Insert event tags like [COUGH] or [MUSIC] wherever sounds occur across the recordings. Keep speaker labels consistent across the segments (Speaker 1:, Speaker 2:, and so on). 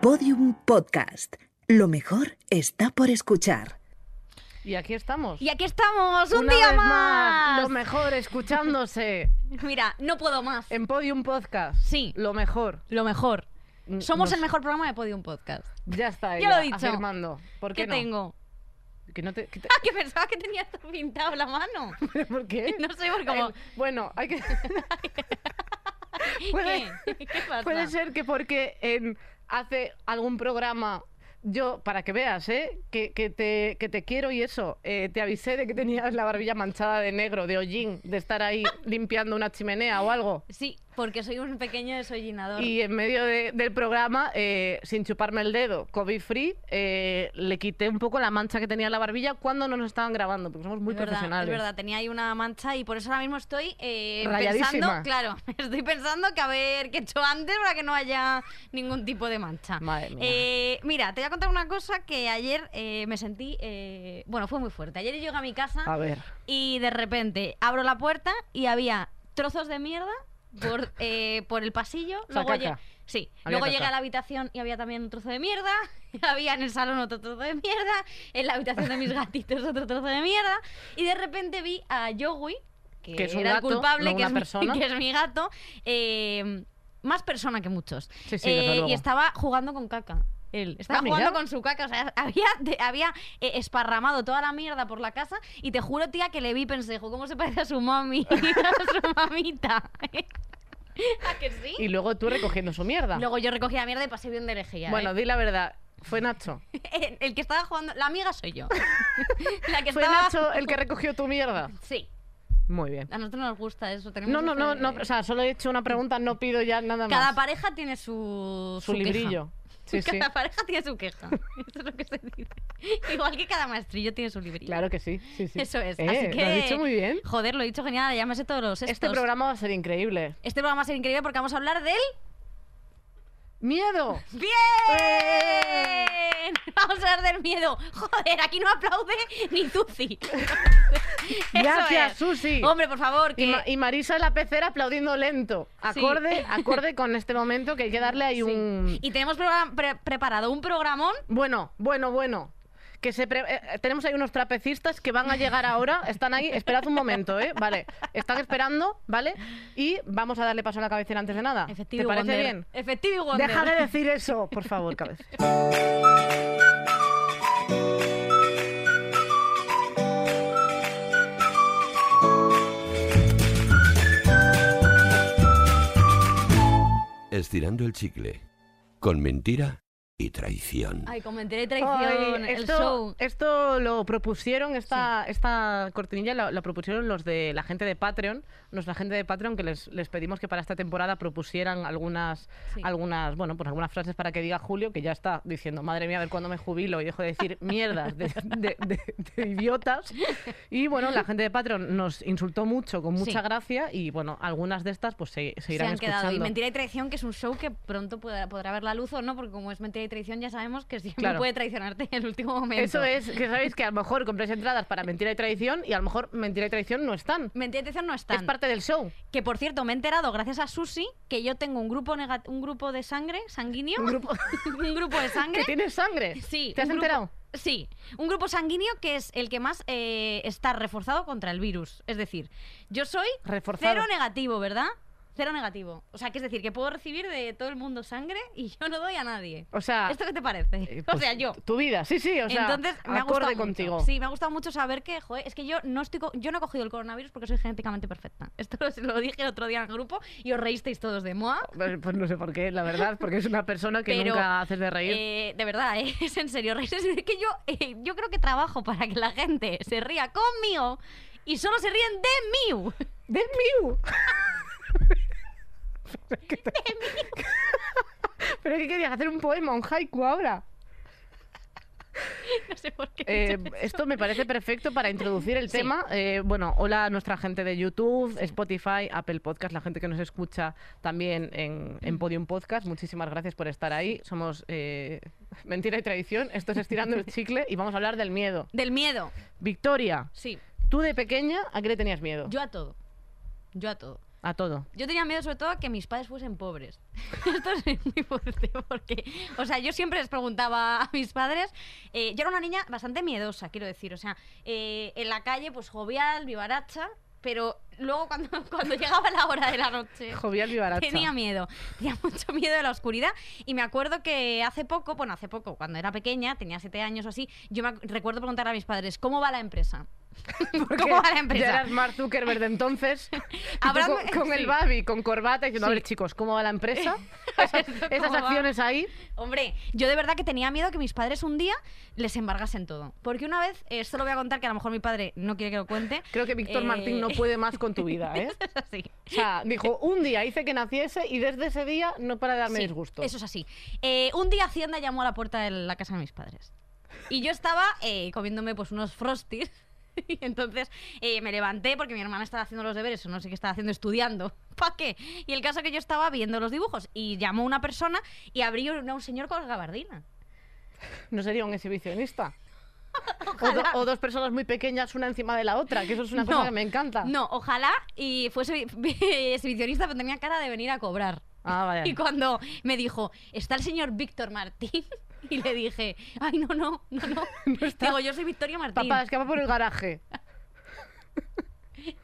Speaker 1: Podium Podcast. Lo mejor está por escuchar.
Speaker 2: Y aquí estamos.
Speaker 3: Y aquí estamos, un
Speaker 2: Una
Speaker 3: día
Speaker 2: vez
Speaker 3: más.
Speaker 2: Lo mejor
Speaker 3: [LAUGHS]
Speaker 2: escuchándose
Speaker 3: Mira, no puedo más.
Speaker 2: en Podium Podcast.
Speaker 3: Sí.
Speaker 2: Eh, Lo mejor.
Speaker 3: Lo mejor.
Speaker 2: Mm,
Speaker 3: Somos
Speaker 2: nos-
Speaker 3: el mejor programa de Podium Podcast.
Speaker 2: Ya está.
Speaker 3: [LAUGHS] Ya
Speaker 2: ella
Speaker 3: lo he dicho.
Speaker 2: Afirmando. ¿Por qué,
Speaker 3: ¿Qué
Speaker 2: no?
Speaker 3: tengo? [LAUGHS]
Speaker 2: Que no te, que te-
Speaker 3: Ah, que pensaba que tenía todo pintado
Speaker 2: [LAUGHS]
Speaker 3: la mano. [LAUGHS]
Speaker 2: ¿Por qué?
Speaker 3: No sé, porque como...
Speaker 2: Eh, bueno, hay
Speaker 3: [LAUGHS]
Speaker 2: que. Eh, puede-
Speaker 3: ¿Qué? [LAUGHS] ¿Qué pasa?
Speaker 2: Puede ser que porque en- hace algún programa. Yo, para que veas, ¿eh? Que, que te, que te quiero y eso. eh, te avisé de que tenías la barbilla manchada de negro, de hollín, de estar ahí [LAUGHS] limpiando una chimenea o algo.
Speaker 3: Sí, porque soy un pequeño desollinador.
Speaker 2: Y en medio de- del programa, eh, sin chuparme el dedo, COVID free, eh, le quité un poco la mancha que tenía en la barbilla cuando no nos estaban grabando, porque somos muy
Speaker 3: es
Speaker 2: profesionales.
Speaker 3: Verdad, es verdad, tenía ahí una mancha y por eso ahora mismo estoy eh,
Speaker 2: Rayadísima.
Speaker 3: pensando, claro, [LAUGHS] estoy pensando que a ver qué he hecho antes para que no haya ningún tipo de mancha.
Speaker 2: Madre mía.
Speaker 3: Eh, mira, te voy a contar una cosa que ayer eh, me sentí, eh, bueno, fue muy fuerte. Ayer llegué a mi casa
Speaker 2: A ver,
Speaker 3: y de repente abro la puerta y había trozos de mierda
Speaker 2: [LAUGHS]
Speaker 3: por, eh, por el pasillo.
Speaker 2: sea,
Speaker 3: luego
Speaker 2: caca.
Speaker 3: lle- Sí,
Speaker 2: Había
Speaker 3: luego llegué
Speaker 2: caca.
Speaker 3: a la habitación y había también un trozo de mierda. [LAUGHS] había en el salón otro trozo de mierda. En la
Speaker 2: [LAUGHS]
Speaker 3: habitación de mis gatitos otro trozo de mierda. Y de repente vi a Yogui, que,
Speaker 2: Que es un
Speaker 3: era
Speaker 2: gato,
Speaker 3: el culpable,
Speaker 2: no
Speaker 3: que,
Speaker 2: una
Speaker 3: es mi-
Speaker 2: persona.
Speaker 3: [LAUGHS] que es mi gato. eh, más persona que muchos.
Speaker 2: Sí, sí, desde luego.
Speaker 3: Eh, y estaba jugando con caca. Él estaba
Speaker 2: Ah, mira.
Speaker 3: jugando con su caca, o sea, había, de- había eh, esparramado toda la mierda por la casa y te juro, tía, que le vi y pensé, "Jo, ¿cómo se parece a su mami? [LAUGHS] a su mamita. ¿A que sí?
Speaker 2: y luego tú recogiendo su mierda.
Speaker 3: Luego yo recogí la mierda y pasé bien de herejía.
Speaker 2: bueno,
Speaker 3: ¿eh?
Speaker 2: di la verdad, fue Nacho.
Speaker 3: El, el que estaba jugando, la amiga
Speaker 2: [LAUGHS]
Speaker 3: soy yo. la [LAUGHS] que
Speaker 2: Fue
Speaker 3: estaba.
Speaker 2: Nacho el que recogió tu mierda.
Speaker 3: Sí,
Speaker 2: Muy bien.
Speaker 3: a nosotros nos gusta eso. tenemos
Speaker 2: No, no, no,
Speaker 3: ese-
Speaker 2: no, o sea, solo he hecho una pregunta, no pido ya nada
Speaker 3: Cada
Speaker 2: más.
Speaker 3: pareja tiene su.
Speaker 2: su
Speaker 3: queja.
Speaker 2: librillo.
Speaker 3: [LAUGHS]
Speaker 2: Sí, sí.
Speaker 3: Cada pareja tiene su queja. [LAUGHS] Eso es lo que se dice. Igual que cada maestrillo tiene su librillo.
Speaker 2: Claro que sí, sí, sí.
Speaker 3: Eso es.
Speaker 2: Eh,
Speaker 3: Así que,
Speaker 2: Lo has dicho muy bien.
Speaker 3: Joder, lo he dicho genial, ya me sé todos los estos.
Speaker 2: Este programa va a ser increíble.
Speaker 3: Este programa va a ser increíble porque vamos a hablar del...
Speaker 2: ¡Miedo!
Speaker 3: ¡Bien! [LAUGHS] Vamos a hablar del miedo. Joder, aquí no aplaude ni [LAUGHS] Tuzi. Eso
Speaker 2: Gracias,
Speaker 3: es.
Speaker 2: Susi.
Speaker 3: Hombre, por favor,
Speaker 2: Y,
Speaker 3: que...
Speaker 2: Ma- y Marisa en la pecera aplaudiendo lento.
Speaker 3: Sí.
Speaker 2: Acorde,
Speaker 3: [LAUGHS]
Speaker 2: acorde con este momento que hay que darle ahí
Speaker 3: Sí.
Speaker 2: un.
Speaker 3: Y tenemos progra- pre- preparado un programón.
Speaker 2: Bueno, bueno, bueno. Que se pre- eh, eh, tenemos ahí unos trapecistas que van a llegar ahora. Están ahí. Esperad un momento, ¿eh? Vale. Están esperando, ¿vale? Y vamos a darle paso a la cabecera antes de nada.
Speaker 3: Efectivo
Speaker 2: ¿Te parece
Speaker 3: Wonder.
Speaker 2: bien?
Speaker 3: Efectivo y Wonder.
Speaker 2: Deja de decir eso, por favor, cabecera.
Speaker 4: Estirando el chicle. Con mentira y traición.
Speaker 3: Ay, comenté de traición,
Speaker 2: Ay,
Speaker 3: el
Speaker 2: esto,
Speaker 3: show.
Speaker 2: esto lo propusieron, esta, esta cortinilla la, la propusieron los de la gente de Patreon, nuestra gente de Patreon, que les, les pedimos que para esta temporada propusieran algunas,
Speaker 3: Sí.
Speaker 2: algunas, bueno, pues algunas frases para que diga Julio, que ya está diciendo, madre mía, a ver cuándo me jubilo y dejo de decir mierdas de, de- de- de idiotas. Y bueno, la gente de Patreon nos insultó mucho, con mucha
Speaker 3: Sí.
Speaker 2: gracia, y bueno, algunas de estas pues se, se
Speaker 3: Se
Speaker 2: irán
Speaker 3: han quedado. Y
Speaker 2: escuchando.
Speaker 3: Mentira y Traición, que es un show que pronto podrá, podrá ver la luz o no, porque como es Mentira y Traición ya sabemos que siempre
Speaker 2: Claro.
Speaker 3: puede traicionarte en el último momento.
Speaker 2: Eso es, que sabéis que a lo mejor compráis entradas para mentira y traición y a lo mejor mentira y traición no están.
Speaker 3: Mentira y Traición no están.
Speaker 2: Es parte del show.
Speaker 3: Que por cierto, me he enterado gracias a Susi que yo tengo un grupo, nega- un grupo de sangre, sanguíneo.
Speaker 2: Un grupo
Speaker 3: [LAUGHS]
Speaker 2: [LAUGHS]
Speaker 3: un grupo de
Speaker 2: que
Speaker 3: sangre.
Speaker 2: tiene sangre.
Speaker 3: Sí,
Speaker 2: ¿Te has
Speaker 3: un grupo-
Speaker 2: enterado?
Speaker 3: Sí, un grupo sanguíneo que es el que más eh, está reforzado contra el virus. Es decir, yo soy
Speaker 2: Reforzado.
Speaker 3: cero negativo, ¿verdad? Cero negativo. O sea, que es decir, que puedo recibir de todo el mundo sangre y yo no doy a nadie.
Speaker 2: O sea,
Speaker 3: ¿Esto qué te parece?
Speaker 2: eh,
Speaker 3: [LAUGHS] o
Speaker 2: pues,
Speaker 3: sea, yo.
Speaker 2: Tu vida, sí, sí, o sea,
Speaker 3: Entonces, me ha
Speaker 2: acorde
Speaker 3: gustado mucho.
Speaker 2: contigo.
Speaker 3: Sí, me ha gustado mucho saber que, joder, es que yo no estoy co- yo no he cogido el coronavirus porque soy genéticamente perfecta. [LAUGHS] Esto lo, lo dije el otro día en el grupo y os reísteis todos de Moa.
Speaker 2: Pues pues no sé por qué, la verdad, porque es una persona que
Speaker 3: Pero,
Speaker 2: nunca haces de reír.
Speaker 3: Eh, de verdad, ¿eh? [LAUGHS] es en serio. reírse. Es que yo, eh, yo creo que trabajo para que la gente se ría conmigo y solo se ríen de mí. [LAUGHS]
Speaker 2: ¡De Miu! [LAUGHS] ¿Pero qué querías? ¿Hacer un poema, un haiku ahora?
Speaker 3: No sé por qué. he
Speaker 2: Eh,
Speaker 3: dicho eso.
Speaker 2: esto me parece perfecto para introducir el
Speaker 3: Sí.
Speaker 2: tema. Eh, bueno, hola a nuestra gente de YouTube, Spotify, Apple Podcast, la gente que nos escucha también en, en Podium Podcast. Muchísimas gracias por estar ahí. Somos eh, Mentira y Tradición. Esto es Estirando el Chicle y vamos a hablar del miedo.
Speaker 3: [LAUGHS] Del miedo,
Speaker 2: Victoria,
Speaker 3: sí.
Speaker 2: tú de pequeña, ¿a qué le tenías miedo?
Speaker 3: Yo a todo. Yo a todo.
Speaker 2: a todo.
Speaker 3: Yo tenía miedo sobre todo a que mis padres fuesen pobres. [LAUGHS] Esto es muy fuerte porque, o sea, yo siempre les preguntaba a mis padres. eh, yo era una niña bastante miedosa, quiero decir. O sea, eh, en la calle, pues jovial, vivaracha, pero luego cuando, [LAUGHS] cuando llegaba la hora de
Speaker 2: [LAUGHS]
Speaker 3: la noche...
Speaker 2: Jovial Vivaracha.
Speaker 3: Tenía miedo, tenía mucho miedo de la oscuridad y me acuerdo que hace poco, bueno, hace poco, cuando era pequeña, tenía siete años o así, yo me ac- recuerdo preguntar a mis padres, ¿cómo va la empresa? [LAUGHS]
Speaker 2: Porque
Speaker 3: ¿Cómo va la empresa?
Speaker 2: Ya eras Mark Zuckerberg de
Speaker 3: [LAUGHS]
Speaker 2: entonces. Y tú
Speaker 3: Habrán-
Speaker 2: con, con
Speaker 3: sí.
Speaker 2: el Babi, con corbata, diciendo,
Speaker 3: Sí.
Speaker 2: a ver, chicos, ¿cómo va la
Speaker 3: [LAUGHS]
Speaker 2: empresa?
Speaker 3: Esas,
Speaker 2: Esas acciones ahí.
Speaker 3: Hombre, yo de verdad que tenía miedo que mis padres un día les embargasen todo. Porque una vez, eh, esto lo voy a contar que a lo mejor mi padre no quiere que lo cuente.
Speaker 2: Creo que Víctor
Speaker 3: Eh,
Speaker 2: Martín no puede más con tu vida, ¿eh?
Speaker 3: Es así.
Speaker 2: O
Speaker 3: [LAUGHS]
Speaker 2: sea, dijo, un día hice que naciese y desde ese día no para de darme
Speaker 3: Sí,
Speaker 2: disgusto.
Speaker 3: Eso es así. Eh, un día Hacienda llamó a la puerta de la casa de mis padres. Y yo estaba eh, comiéndome pues unos frosties. [LAUGHS] Y entonces eh, me levanté porque mi hermana estaba haciendo los deberes, o no sé qué estaba haciendo, estudiando. [LAUGHS] ¿Para qué? Y el caso que yo estaba viendo los dibujos. Y llamó una persona y abrió un, un señor con gabardina. [LAUGHS]
Speaker 2: No sería un exhibicionista. O, do- o dos personas muy pequeñas una encima de la otra, que eso es una cosa
Speaker 3: No,
Speaker 2: que me encanta.
Speaker 3: No, ojalá y fuese [LAUGHS] exhibicionista, pero tenía cara de venir a cobrar.
Speaker 2: Ah, vale.
Speaker 3: Y cuando me dijo, está el señor Víctor Martín, [LAUGHS] y le dije, ay, no, no, no,
Speaker 2: [LAUGHS]
Speaker 3: no. Digo, yo soy Victoria Martín.
Speaker 2: Papá, es que va por el garaje.
Speaker 3: [LAUGHS]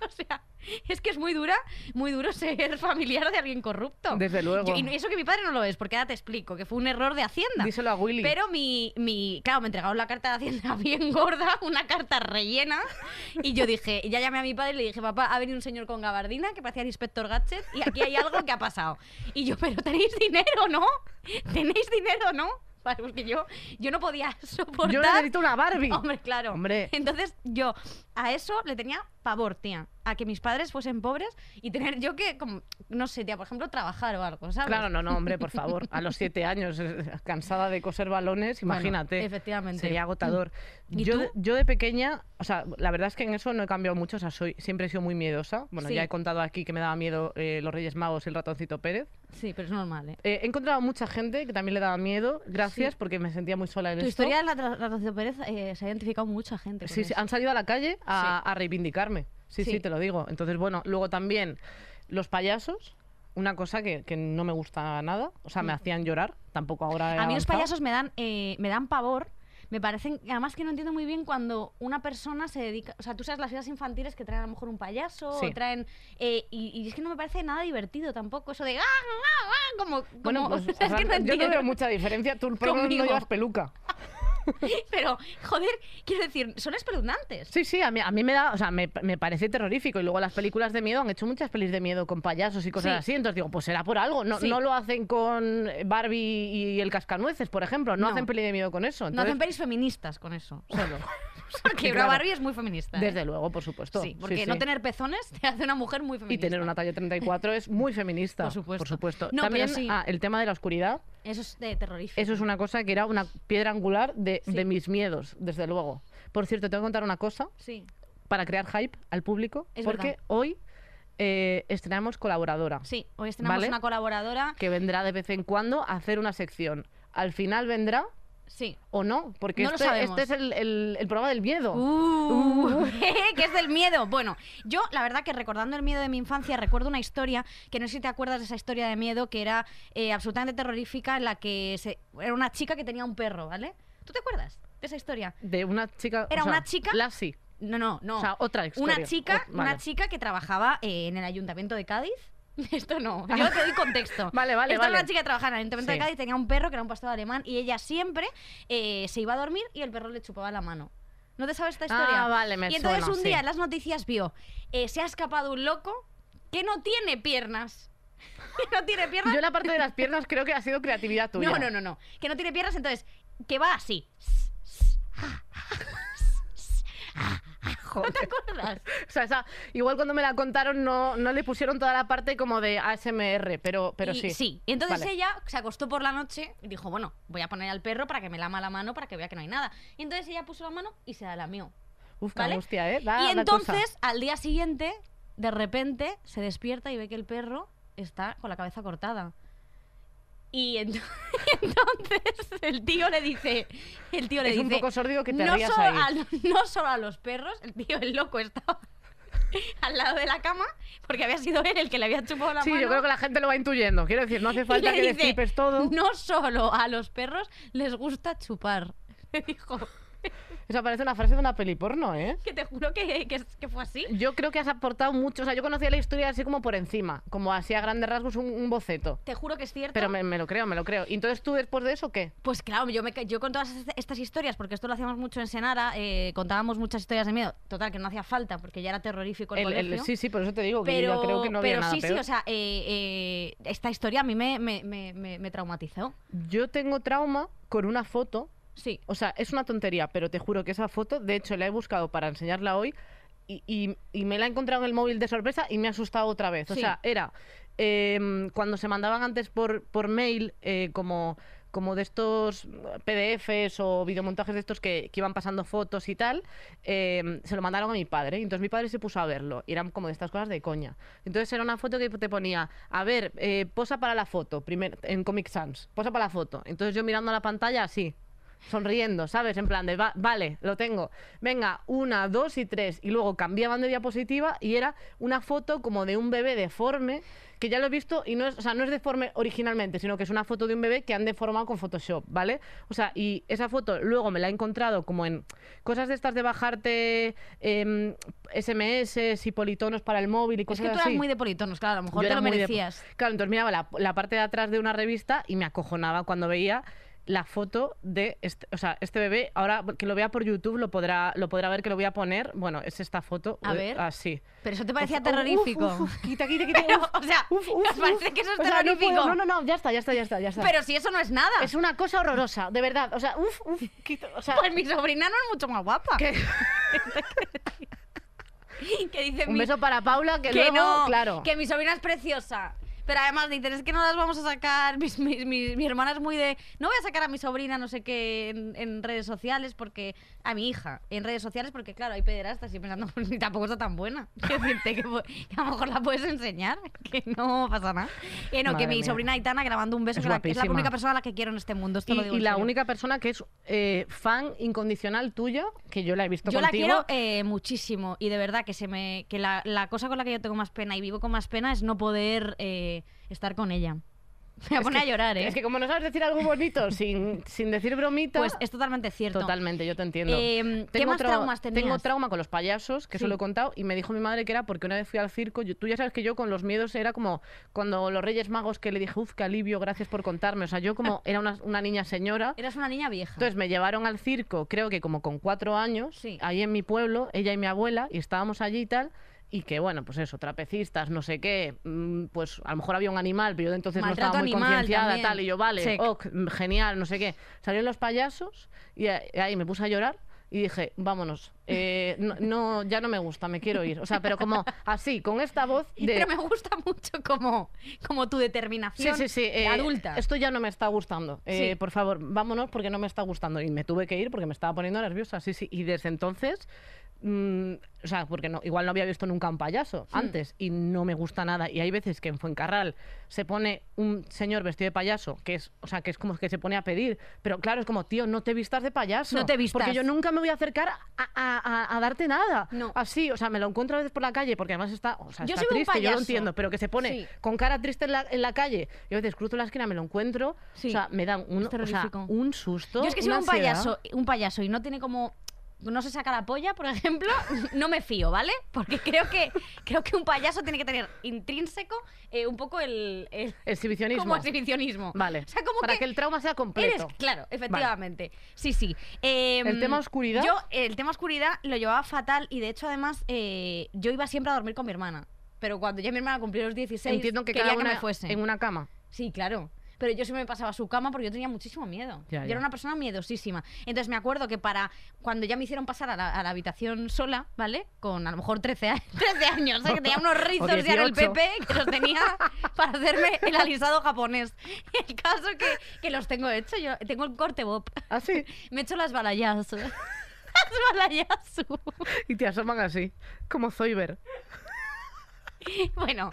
Speaker 3: O sea, es que es muy dura, muy duro ser [LAUGHS] familiar de alguien corrupto.
Speaker 2: Desde luego.
Speaker 3: Yo- y eso que mi padre no lo es, porque ahora te explico, que fue un error de Hacienda.
Speaker 2: Díselo a Willy.
Speaker 3: Pero mi, mi, claro, me entregaron la carta de Hacienda [LAUGHS] bien gorda, una carta rellena, y yo dije, y ya llamé a mi padre y le dije, papá, ha venido un señor con gabardina que parecía el inspector Gadget y aquí hay algo que ha pasado. Y yo, pero tenéis dinero, ¿no? ¿Tenéis dinero, no? Vale, Porque yo, yo no podía [LAUGHS] soportar...
Speaker 2: Yo necesito una Barbie.
Speaker 3: Hombre, claro.
Speaker 2: Hombre.
Speaker 3: Entonces yo a eso le tenía pavor, tía. A que mis padres fuesen pobres y tener yo que, como, no sé, tía, por ejemplo, trabajar o algo, ¿sabes?
Speaker 2: Claro, no, no, hombre, por favor. A los siete años, eh, cansada de coser balones,
Speaker 3: Bueno,
Speaker 2: imagínate.
Speaker 3: efectivamente.
Speaker 2: Sería agotador.
Speaker 3: ¿Y
Speaker 2: Yo,
Speaker 3: tú?
Speaker 2: de- yo de pequeña, o sea, la verdad es que en eso no he cambiado mucho. O sea, soy, siempre he sido muy miedosa. Bueno,
Speaker 3: Sí.
Speaker 2: ya he contado aquí que me daba miedo eh, los Reyes Magos y el ratoncito Pérez.
Speaker 3: Sí, pero es normal, ¿eh?
Speaker 2: Eh, he encontrado mucha gente que también le daba miedo. Gracias,
Speaker 3: Sí.
Speaker 2: porque me sentía muy sola en
Speaker 3: Tu
Speaker 2: esto.
Speaker 3: historia de la tra- la Rocío Pérez eh, se ha identificado mucha gente. con
Speaker 2: Sí, sí,
Speaker 3: eso.
Speaker 2: han salido a la calle a, a reivindicarme. Sí, sí,
Speaker 3: Sí.
Speaker 2: te lo digo. Entonces, bueno, luego también los payasos, una cosa que, que no me gusta nada. O sea, me hacían llorar. Tampoco ahora. he
Speaker 3: Mm. A mí los
Speaker 2: avanzado.
Speaker 3: payasos me dan, eh, me dan pavor. Me parecen, además que no entiendo muy bien cuando una persona se dedica, o sea, tú sabes las fiestas infantiles que traen a lo mejor un payaso,
Speaker 2: Sí.
Speaker 3: o traen, eh, y, y es que no me parece nada divertido tampoco, eso de, ¡ah, ah, ah", como, como
Speaker 2: Bueno, pues,
Speaker 3: o sea, [LAUGHS] es
Speaker 2: o sea,
Speaker 3: que
Speaker 2: [LAUGHS]
Speaker 3: no
Speaker 2: yo no
Speaker 3: entiendo.
Speaker 2: veo mucha diferencia. Tú por lo menos
Speaker 3: Conmigo.
Speaker 2: no llevas peluca.
Speaker 3: Pero, joder, quiero decir, son espeluznantes.
Speaker 2: Sí, sí, a mí, a mí me da, o sea, me, me parece terrorífico. Y luego las películas de miedo, han hecho muchas pelis de miedo con payasos y cosas
Speaker 3: Sí.
Speaker 2: así. Entonces digo, pues será por algo. No,
Speaker 3: Sí.
Speaker 2: no lo hacen con Barbie y el cascanueces, por ejemplo. No,
Speaker 3: No.
Speaker 2: hacen peli de miedo con eso.
Speaker 3: no hacen
Speaker 2: Entonces,
Speaker 3: pelis feministas con eso.
Speaker 2: solo.
Speaker 3: [LAUGHS] Porque una
Speaker 2: Claro.
Speaker 3: Barbie es muy feminista. ¿eh?
Speaker 2: Desde luego, por supuesto.
Speaker 3: Sí, porque
Speaker 2: sí.
Speaker 3: no tener pezones [LAUGHS] te hace una mujer muy
Speaker 2: Y
Speaker 3: feminista.
Speaker 2: tener una talla 34 es muy feminista.
Speaker 3: Por supuesto.
Speaker 2: Por supuesto.
Speaker 3: No, pero
Speaker 2: También
Speaker 3: sí.
Speaker 2: ah, el tema de la oscuridad,
Speaker 3: Eso es eh, terrorífico.
Speaker 2: eso es una cosa que era una piedra angular de,
Speaker 3: Sí.
Speaker 2: de mis miedos, desde luego. Por cierto, tengo que contar una cosa
Speaker 3: Sí,
Speaker 2: para crear hype al público,
Speaker 3: Es
Speaker 2: porque
Speaker 3: verdad.
Speaker 2: hoy eh, estrenamos colaboradora,
Speaker 3: sí. Hoy tenemos
Speaker 2: Vale.
Speaker 3: una colaboradora.
Speaker 2: que vendrá de vez en cuando a hacer una sección. Al final vendrá
Speaker 3: Sí.
Speaker 2: o no, porque
Speaker 3: No lo
Speaker 2: este,
Speaker 3: sabemos.
Speaker 2: este es el, el- el programa del miedo.
Speaker 3: Uh, [LAUGHS] que es del miedo. Bueno, yo la verdad que recordando el miedo de mi infancia recuerdo una historia que no sé si te acuerdas de esa historia de miedo que era eh, absolutamente terrorífica en la que se- era una chica que tenía un perro, ¿vale? ¿Tú te acuerdas de esa historia?
Speaker 2: De una chica.
Speaker 3: Era
Speaker 2: o sea,
Speaker 3: una chica-
Speaker 2: Lassie.
Speaker 3: No, no, no.
Speaker 2: O sea, otra historia.
Speaker 3: Una chica,
Speaker 2: O- vale.
Speaker 3: una chica que trabajaba eh, en el ayuntamiento de Cádiz. [LAUGHS] Esto no, yo te doy contexto.
Speaker 2: [LAUGHS] Vale, vale,
Speaker 3: Esta era
Speaker 2: vale.
Speaker 3: una chica que trabajaba en el ayuntamiento
Speaker 2: Sí.
Speaker 3: de Cádiz, tenía un perro que era un pastor alemán y ella siempre eh, se iba a dormir y el perro le chupaba la mano. ¿No te sabes esta historia?
Speaker 2: Ah, vale, me
Speaker 3: Y entonces
Speaker 2: suena,
Speaker 3: un día
Speaker 2: sí.
Speaker 3: en las noticias vio, eh, se ha escapado un loco que no tiene piernas. [LAUGHS] Que no tiene piernas.
Speaker 2: Yo
Speaker 3: [LAUGHS]
Speaker 2: la parte de las piernas creo que ha sido creatividad tuya.
Speaker 3: No, no, no, no. Que no tiene piernas, entonces, que va así. ¿No te acuerdas?
Speaker 2: [LAUGHS] O sea, esa- igual cuando me la contaron no, no le pusieron toda la parte como de ASMR, pero, pero
Speaker 3: Y-
Speaker 2: sí.
Speaker 3: Sí, Y entonces
Speaker 2: Vale.
Speaker 3: ella se acostó por la noche y dijo, bueno, voy a poner al perro para que me lama la mano para que vea que no hay nada. Y entonces ella puso la mano y se la lamió.
Speaker 2: Uf, qué
Speaker 3: ¿vale?
Speaker 2: angustia, ¿eh? Da-
Speaker 3: y
Speaker 2: da cosa.
Speaker 3: entonces, al día siguiente, de repente, se despierta y ve que el perro está con la cabeza cortada. Y ento- [LAUGHS] y entonces el tío le dice, el tío le
Speaker 2: es un
Speaker 3: dice,
Speaker 2: poco sórdido que te
Speaker 3: [LAUGHS] no
Speaker 2: rías
Speaker 3: solo
Speaker 2: ahí.
Speaker 3: a lo- no solo a los perros, el tío, el loco estaba [LAUGHS] al lado de la cama, porque había sido él el que le había chupado la
Speaker 2: Sí,
Speaker 3: mano.
Speaker 2: yo creo que la gente lo va intuyendo. Quiero decir, no hace falta
Speaker 3: [LAUGHS] y
Speaker 2: que
Speaker 3: le dice,
Speaker 2: destripes todo.
Speaker 3: No solo a los perros les gusta chupar. [LAUGHS] Me dijo,
Speaker 2: Eso parece una frase de una peli porno, ¿eh?
Speaker 3: que te juro que, que, que fue así.
Speaker 2: Yo creo que has aportado mucho. O sea, yo conocía la historia así como por encima, como así a grandes rasgos un, un boceto.
Speaker 3: Te juro que es cierto.
Speaker 2: Pero me, me lo creo, me lo creo. ¿Y entonces tú después de eso qué?
Speaker 3: Pues claro, yo, me, ca- yo con todas est- estas historias, porque esto lo hacíamos mucho en Senara, eh, contábamos muchas historias de miedo. Total, que no hacía falta, porque ya era terrorífico el,
Speaker 2: El- el-
Speaker 3: colegio.
Speaker 2: sí, sí, por eso te digo que yo
Speaker 3: pero,
Speaker 2: ya creo que no había
Speaker 3: pero
Speaker 2: nada
Speaker 3: sí, sí,
Speaker 2: peor.
Speaker 3: o sea, eh, eh, esta historia a mí me, me, me, me, me traumatizó.
Speaker 2: Yo tengo trauma con una foto.
Speaker 3: Sí.
Speaker 2: O sea, es una tontería, pero te juro que esa foto, de hecho, la he buscado para enseñarla hoy y, y- y me la he encontrado en el móvil de sorpresa y me ha asustado otra vez. O
Speaker 3: Sí.
Speaker 2: sea, era eh, cuando se mandaban antes por, por mail eh, como, como de estos PDFs o videomontajes de estos que, que iban pasando fotos y tal, eh, se lo mandaron a mi padre. Y entonces mi padre se puso a verlo. Y eran como de estas cosas de coña. Entonces era una foto que te ponía, a ver, eh, posa para la foto, primer, en Comic Sans, posa para la foto. Entonces yo mirando a la pantalla así, sonriendo, ¿sabes? En plan de, "Va- vale, lo tengo. Venga, una, dos y tres. Y luego cambiaban de diapositiva y era una foto como de un bebé deforme, que ya lo he visto y no es, o sea, no es deforme originalmente, sino que es una foto de un bebé que han deformado con Photoshop, ¿vale? O sea, y esa foto luego me la he encontrado como en cosas de estas de bajarte em, SMS y politonos para el móvil y
Speaker 3: Es
Speaker 2: cosas
Speaker 3: que tú
Speaker 2: Pues así.
Speaker 3: eras muy de politonos, claro, a lo mejor
Speaker 2: Yo
Speaker 3: te
Speaker 2: era
Speaker 3: lo
Speaker 2: muy de-
Speaker 3: merecías.
Speaker 2: Claro, entonces miraba la, la parte de atrás de una revista y me acojonaba cuando veía la foto de este, o sea, este bebé. Ahora que lo vea por YouTube lo podrá, lo podrá ver que lo voy a poner. Bueno, es esta foto.
Speaker 3: A
Speaker 2: eh,
Speaker 3: ver.
Speaker 2: Así.
Speaker 3: Pero eso te parecía
Speaker 2: Uf, uf,
Speaker 3: terrorífico.
Speaker 2: uf, uf, quita, quita, quita.
Speaker 3: [LAUGHS] Pero,
Speaker 2: uf,
Speaker 3: o sea,
Speaker 2: uf, uf,
Speaker 3: nos
Speaker 2: uf.
Speaker 3: [LAUGHS] parece que eso es
Speaker 2: O sea, no
Speaker 3: terrorífico.
Speaker 2: puedo, No, no, no, ya está, ya está, ya está, ya está.
Speaker 3: Pero si eso no es nada.
Speaker 2: es una cosa horrorosa, de verdad. O sea, uf, uf, quita, o sea,
Speaker 3: [LAUGHS] Pues mi sobrina no es mucho más guapa.
Speaker 2: que-
Speaker 3: [LAUGHS] Que dice
Speaker 2: un
Speaker 3: mi-
Speaker 2: beso para Paula que,
Speaker 3: que
Speaker 2: luego,
Speaker 3: no,
Speaker 2: claro.
Speaker 3: que mi sobrina es preciosa. Pero además dicen, es que no las vamos a sacar. [LAUGHS] Mis- mis- mis- Mi, hermana es muy de. No voy a sacar a mi sobrina, no sé qué, en, en redes sociales, porque. A mi hija, en redes sociales, porque claro, hay pederastas y yo pensando, [LAUGHS] pues, ni tampoco está tan buena. [LAUGHS] Quiero decirte que, pu- que a lo mejor la puedes enseñar, [LAUGHS] que no pasa nada. Eh, no,
Speaker 2: Madre
Speaker 3: que mi
Speaker 2: mía.
Speaker 3: sobrina Aitana grabando un beso,
Speaker 2: Es
Speaker 3: que la- es la
Speaker 2: guapísima.
Speaker 3: única persona a la que quiero en este mundo. Esto
Speaker 2: Y,
Speaker 3: lo digo
Speaker 2: y
Speaker 3: en
Speaker 2: la
Speaker 3: serio.
Speaker 2: única persona que es eh, fan incondicional tuya, que yo la he visto
Speaker 3: Yo
Speaker 2: contigo.
Speaker 3: la quiero eh, muchísimo y de verdad que se me que la, la cosa con la que yo tengo más pena y vivo con más pena es no poder eh, estar con ella. [LAUGHS] Me pone a llorar, ¿eh?
Speaker 2: Es que como no sabes decir algo
Speaker 3: [LAUGHS]
Speaker 2: bonito sin, sin decir bromita,
Speaker 3: pues es totalmente cierto.
Speaker 2: totalmente, yo te entiendo.
Speaker 3: Eh, ¿Qué
Speaker 2: Tengo
Speaker 3: más
Speaker 2: trau-
Speaker 3: traumas tenías?
Speaker 2: Tengo trauma con los payasos, que
Speaker 3: Sí.
Speaker 2: eso lo he contado, y me dijo mi madre que era porque una vez fui al circo, yo- tú ya sabes que yo con los miedos era como cuando los Reyes Magos que le dije, uff, qué alivio, gracias por contarme. O sea, yo
Speaker 3: [LAUGHS]
Speaker 2: como era una, una niña señora,
Speaker 3: Eras una niña vieja.
Speaker 2: entonces me llevaron al circo, creo que como con cuatro años,
Speaker 3: Sí.
Speaker 2: ahí en mi pueblo, ella y mi abuela, y estábamos allí y tal. Y que bueno, pues eso, trapecistas, no sé qué, mm, pues a lo mejor había un animal, pero yo de entonces
Speaker 3: Maltrato
Speaker 2: no estaba muy
Speaker 3: animal
Speaker 2: concienciada,
Speaker 3: también.
Speaker 2: tal, y yo, vale,
Speaker 3: Check.
Speaker 2: ok, mm, genial, no sé qué. Salieron los payasos y a- ahí me puse a llorar y dije, vámonos, eh, no, no, ya no me gusta, me quiero ir. O sea, pero como así, con esta
Speaker 3: [LAUGHS]
Speaker 2: voz de...
Speaker 3: [LAUGHS] Pero me gusta mucho como, como tu
Speaker 2: Sí,
Speaker 3: determinación
Speaker 2: sí, sí. eh,
Speaker 3: adulta.
Speaker 2: Esto ya no me está gustando. Eh,
Speaker 3: Sí.
Speaker 2: Por favor, vámonos porque no me está gustando. Y me tuve que ir porque me estaba poniendo nerviosa. Sí, sí. Y desde entonces. mm, o sea, porque no, igual no había visto nunca un payaso
Speaker 3: Hmm.
Speaker 2: antes y no me gusta nada. Y hay veces que en Fuencarral se pone un señor vestido de payaso, que es, o sea, que es como que se pone a pedir. Pero claro, es como, tío, no te vistas de payaso.
Speaker 3: No te vistas.
Speaker 2: Porque yo nunca me voy a acercar a, a- a- a darte nada.
Speaker 3: No.
Speaker 2: Así, o sea, me lo encuentro a veces por la calle porque además está, o sea,
Speaker 3: Yo
Speaker 2: está
Speaker 3: soy un
Speaker 2: triste, yo lo
Speaker 3: payaso.
Speaker 2: entiendo, pero que se pone
Speaker 3: Sí.
Speaker 2: con cara triste en la, en la calle. Yo a veces cruzo la esquina, me lo encuentro.
Speaker 3: Sí.
Speaker 2: O sea, me dan un,
Speaker 3: Es
Speaker 2: o sea,
Speaker 3: terrorífico.
Speaker 2: un susto.
Speaker 3: Yo es que soy
Speaker 2: una
Speaker 3: un
Speaker 2: ansiedad.
Speaker 3: payaso, un payaso y no tiene como no se saca la polla, por ejemplo, [LAUGHS] no me fío, ¿vale? Porque creo que creo que un payaso tiene que tener intrínseco eh, un poco el, el-
Speaker 2: Exhibicionismo.
Speaker 3: como exhibicionismo.
Speaker 2: Vale.
Speaker 3: O sea, como
Speaker 2: Para
Speaker 3: que
Speaker 2: que... el trauma sea completo.
Speaker 3: Eres, claro, efectivamente. Sí, sí. Em,
Speaker 2: ¿El tema oscuridad?
Speaker 3: Yo, el tema oscuridad lo llevaba fatal y de hecho, además, eh, yo iba siempre a dormir con mi hermana. Pero cuando ya mi hermana cumplió los 16,
Speaker 2: Entiendo que
Speaker 3: quería
Speaker 2: cada una
Speaker 3: que me fuese.
Speaker 2: en una cama.
Speaker 3: Sí, claro. Pero yo siempre me pasaba a su cama porque yo tenía muchísimo miedo.
Speaker 2: Ya,
Speaker 3: yo
Speaker 2: ya.
Speaker 3: era una persona miedosísima. Entonces me acuerdo que para cuando ya me hicieron pasar a la, a la habitación sola, ¿vale? Con a lo mejor 13, a- [LAUGHS] 13 años, ¿eh? que
Speaker 2: [LAUGHS]
Speaker 3: tenía unos rizos ya en el
Speaker 2: 18.
Speaker 3: PP que los tenía para hacerme el alisado japonés. [LAUGHS] El caso que, que los tengo hecho, yo tengo el corte bob. [LAUGHS]
Speaker 2: Así.
Speaker 3: Me he hecho las balayasu. [LAUGHS] Las balayasu.
Speaker 2: Y te asoman así. Como Zoiber.
Speaker 3: [LAUGHS] Bueno,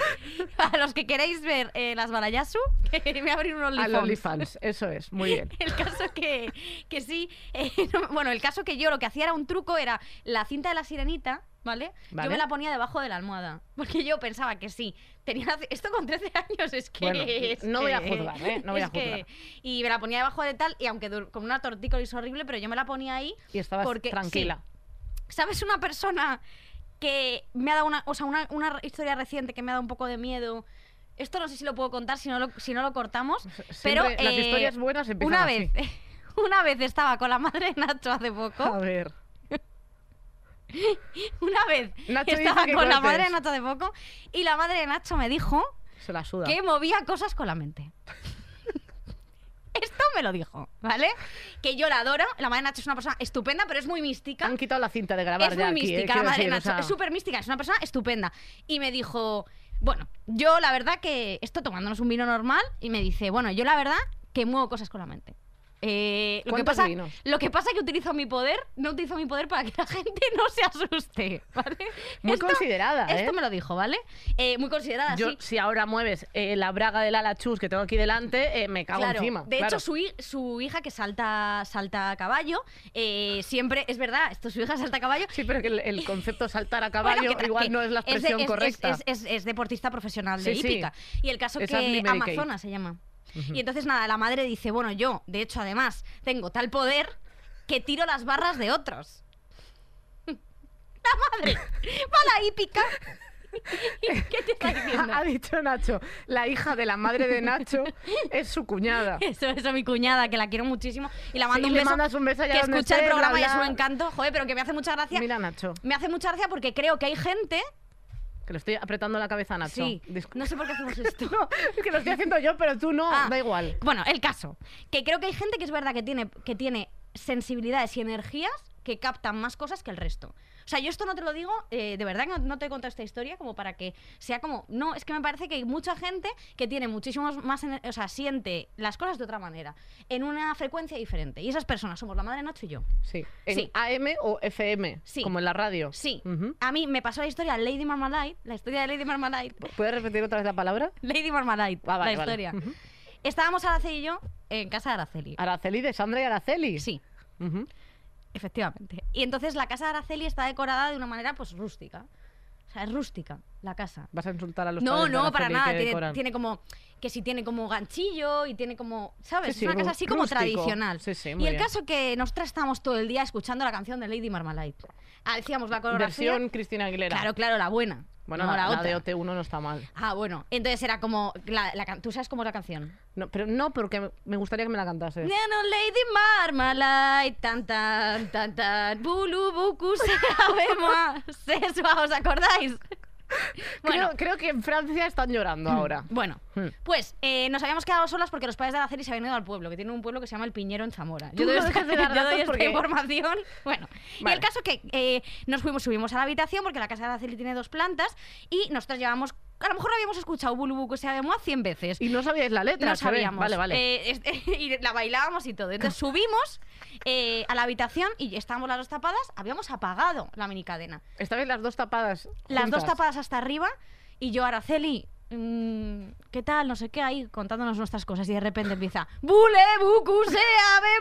Speaker 3: a los que queréis ver eh, las balayasu, [LAUGHS] que me voy a abrir un
Speaker 2: A
Speaker 3: OnlyFans.
Speaker 2: los OnlyFans. Eso es. Muy
Speaker 3: [LAUGHS]
Speaker 2: bien.
Speaker 3: El caso [LAUGHS] que, que sí. eh, no- bueno, el caso que yo lo que hacía era un truco, era la cinta de la sirenita. ¿Vale?
Speaker 2: Vale.
Speaker 3: Yo me la ponía debajo de la almohada. Porque yo pensaba que sí. Tenía [LAUGHS] esto con 13 años, es que.
Speaker 2: Bueno,
Speaker 3: es
Speaker 2: no voy a
Speaker 3: que-
Speaker 2: juzgar, ¿eh? No voy
Speaker 3: es
Speaker 2: a juzgar.
Speaker 3: que- y me la ponía debajo de tal, y aunque dur- con una tortícolis horrible, pero yo me la ponía ahí.
Speaker 2: Y estabas
Speaker 3: porque-
Speaker 2: tranquila.
Speaker 3: ¿Sabes una persona que me ha dado una. O sea, una, una historia reciente que me ha dado un poco de miedo? Esto no sé si lo puedo contar, si no lo, si no lo cortamos.
Speaker 2: Siempre
Speaker 3: pero.
Speaker 2: las
Speaker 3: eh,
Speaker 2: historias buenas empiezan
Speaker 3: Una
Speaker 2: así.
Speaker 3: vez. [LAUGHS] Una vez estaba con la madre de Nacho hace poco.
Speaker 2: A ver.
Speaker 3: Una vez
Speaker 2: Nacho dice
Speaker 3: estaba
Speaker 2: que
Speaker 3: con la
Speaker 2: cortes.
Speaker 3: madre de Nacho de poco y la madre de Nacho me dijo
Speaker 2: Se la suda.
Speaker 3: que movía cosas con la mente. [LAUGHS] Esto me lo dijo, ¿vale? Que yo la adoro. La madre de Nacho es una persona estupenda, pero es muy mística.
Speaker 2: Han quitado la cinta de grabar
Speaker 3: Es
Speaker 2: ya
Speaker 3: muy
Speaker 2: aquí, ¿eh?
Speaker 3: mística la
Speaker 2: Quiero
Speaker 3: madre de
Speaker 2: decir, o
Speaker 3: Nacho.
Speaker 2: sea,
Speaker 3: Es súper mística, es una persona estupenda. Y me dijo, bueno, yo la verdad que esto tomándonos un vino normal y me dice, bueno, yo la verdad que muevo cosas con la mente. Eh, lo que
Speaker 2: ¿Cuántos
Speaker 3: pasa
Speaker 2: vinos?
Speaker 3: lo que pasa es que utilizo mi poder, no utilizo mi poder para que la gente no se asuste, ¿vale?
Speaker 2: Muy
Speaker 3: Esto-
Speaker 2: considerada, ¿eh?
Speaker 3: Esto me lo dijo, ¿vale? Eh, muy considerada,
Speaker 2: Yo,
Speaker 3: sí.
Speaker 2: si ahora mueves eh, la braga del ala chus que tengo aquí delante, eh, me cago
Speaker 3: Claro,
Speaker 2: encima.
Speaker 3: De
Speaker 2: claro.
Speaker 3: hecho, su, hi- su hija que salta, salta a caballo, eh, siempre, es verdad, esto su hija salta a caballo.
Speaker 2: Sí, pero que el, el concepto saltar a [LAUGHS]
Speaker 3: Bueno,
Speaker 2: caballo
Speaker 3: que ta-
Speaker 2: igual
Speaker 3: que
Speaker 2: no es la
Speaker 3: de-
Speaker 2: expresión
Speaker 3: es- es-
Speaker 2: correcta.
Speaker 3: Es, es- es deportista profesional de
Speaker 2: Sí, sí.
Speaker 3: hípica. Y el caso
Speaker 2: Es Ashley
Speaker 3: que
Speaker 2: Mary Kay.
Speaker 3: Amazona se llama. Y entonces, nada, la madre dice, bueno, yo, de hecho, además, tengo tal poder que tiro las barras de otros. [LAUGHS] La madre va a la [LAUGHS] hípica. ¿Qué te está
Speaker 2: [LAUGHS]
Speaker 3: diciendo?
Speaker 2: ha dicho Nacho, la hija de la madre de Nacho es su [LAUGHS] cuñada.
Speaker 3: Eso, eso, mi cuñada, que la quiero muchísimo. Y la
Speaker 2: Sí,
Speaker 3: mando un
Speaker 2: le
Speaker 3: beso.
Speaker 2: mandas un beso allá
Speaker 3: que
Speaker 2: donde
Speaker 3: escucha el
Speaker 2: esté, bla,
Speaker 3: programa y es
Speaker 2: bla.
Speaker 3: un encanto. Joder, pero que me hace mucha gracia.
Speaker 2: Mira, Nacho,
Speaker 3: Me hace mucha gracia porque creo que hay gente.
Speaker 2: que le estoy apretando la cabeza a Nacho.
Speaker 3: Sí.
Speaker 2: Discul-
Speaker 3: No sé por qué hacemos esto.
Speaker 2: [LAUGHS] No, es que lo estoy haciendo yo, pero tú no.
Speaker 3: Ah.
Speaker 2: Da igual.
Speaker 3: Bueno, el caso. Que creo que hay gente que es verdad que tiene, que tiene sensibilidades y energías que captan más cosas que el resto. O sea, yo esto no te lo digo, eh, de verdad que no, no te he contado esta historia como para que sea como... No, es que me parece que hay mucha gente que tiene muchísimos más... ener- O sea, siente las cosas de otra manera, en una frecuencia diferente. Y esas personas somos la madre Nacho y yo.
Speaker 2: Sí. En
Speaker 3: Sí.
Speaker 2: AM o FM,
Speaker 3: Sí.
Speaker 2: como en la radio.
Speaker 3: Sí.
Speaker 2: Ujú.
Speaker 3: A mí me pasó la historia de Lady Marmalade, la historia de Lady Marmalade. [LAUGHS]
Speaker 2: ¿Puedes repetir otra vez la palabra?
Speaker 3: Lady Marmalade,
Speaker 2: Ah, vale,
Speaker 3: la
Speaker 2: vale. Ah,
Speaker 3: historia.
Speaker 2: Ujú.
Speaker 3: Estábamos Araceli y yo en casa de Araceli.
Speaker 2: Araceli de Sandra y Araceli.
Speaker 3: Sí.
Speaker 2: Ujú.
Speaker 3: Efectivamente. Y entonces la casa de Araceli está decorada de una manera pues rústica. O sea, es rústica la casa.
Speaker 2: Vas a insultar a los
Speaker 3: No,
Speaker 2: padres de
Speaker 3: no, para
Speaker 2: Araceli
Speaker 3: nada.
Speaker 2: que
Speaker 3: Tiene,
Speaker 2: decoran.
Speaker 3: tiene como. Que si tiene como ganchillo y tiene como. ¿Sabes?
Speaker 2: Sí, sí,
Speaker 3: es
Speaker 2: rú-
Speaker 3: una casa así como
Speaker 2: rústico.
Speaker 3: tradicional.
Speaker 2: Sí, sí,
Speaker 3: y
Speaker 2: muy
Speaker 3: el
Speaker 2: bien.
Speaker 3: caso que nosotras estábamos todo el día escuchando la canción de Lady Marmalade. Ah, decíamos la coreografía.
Speaker 2: Versión Cristina Aguilera.
Speaker 3: Claro, claro, la buena.
Speaker 2: Bueno,
Speaker 3: no,
Speaker 2: la,
Speaker 3: la,
Speaker 2: la
Speaker 3: otra.
Speaker 2: de OT1 no está mal.
Speaker 3: Ah, bueno. Entonces era como. La, la can- ¿Tú sabes cómo es la canción?
Speaker 2: No, pero no, porque me gustaría que me la cantase.
Speaker 3: Ya no, Lady Marmalade, tan tan tan tan, bulu [LAUGHS] bucu, se sabemos, sesua, ¿os acordáis? Bueno,
Speaker 2: Creo, creo que en Francia están
Speaker 3: Mm.
Speaker 2: llorando ahora.
Speaker 3: bueno,
Speaker 2: Hmm.
Speaker 3: pues eh, nos habíamos quedado solas porque los padres de Araceli se habían ido al pueblo, que tiene un pueblo que se llama El Piñero en Zamora.
Speaker 2: Tú no
Speaker 3: esta-
Speaker 2: dejas de dar
Speaker 3: yo
Speaker 2: datos
Speaker 3: doy esta
Speaker 2: porque-
Speaker 3: información. Bueno, y
Speaker 2: Vale.
Speaker 3: el caso que eh, nos fuimos, subimos a la habitación porque la casa de Araceli tiene dos plantas y nosotros llevamos, a lo mejor habíamos escuchado bulu bucu, se sabemos 100 veces.
Speaker 2: Y no sabíais la letra,
Speaker 3: No
Speaker 2: se ve.
Speaker 3: sabíamos.
Speaker 2: Vale, vale.
Speaker 3: Eh, este- [LAUGHS] y la bailábamos y
Speaker 2: [LAUGHS]
Speaker 3: todo. Entonces subimos eh, a la habitación y estábamos las dos tapadas. Habíamos apagado la minicadena.
Speaker 2: Estabais las dos tapadas.
Speaker 3: Las dos
Speaker 2: juntas.
Speaker 3: tapadas hasta arriba y yo, Araceli, mm, ¿qué tal? No sé qué, ahí contándonos nuestras cosas. Y de repente empieza, ¡Bule, bucu, sea,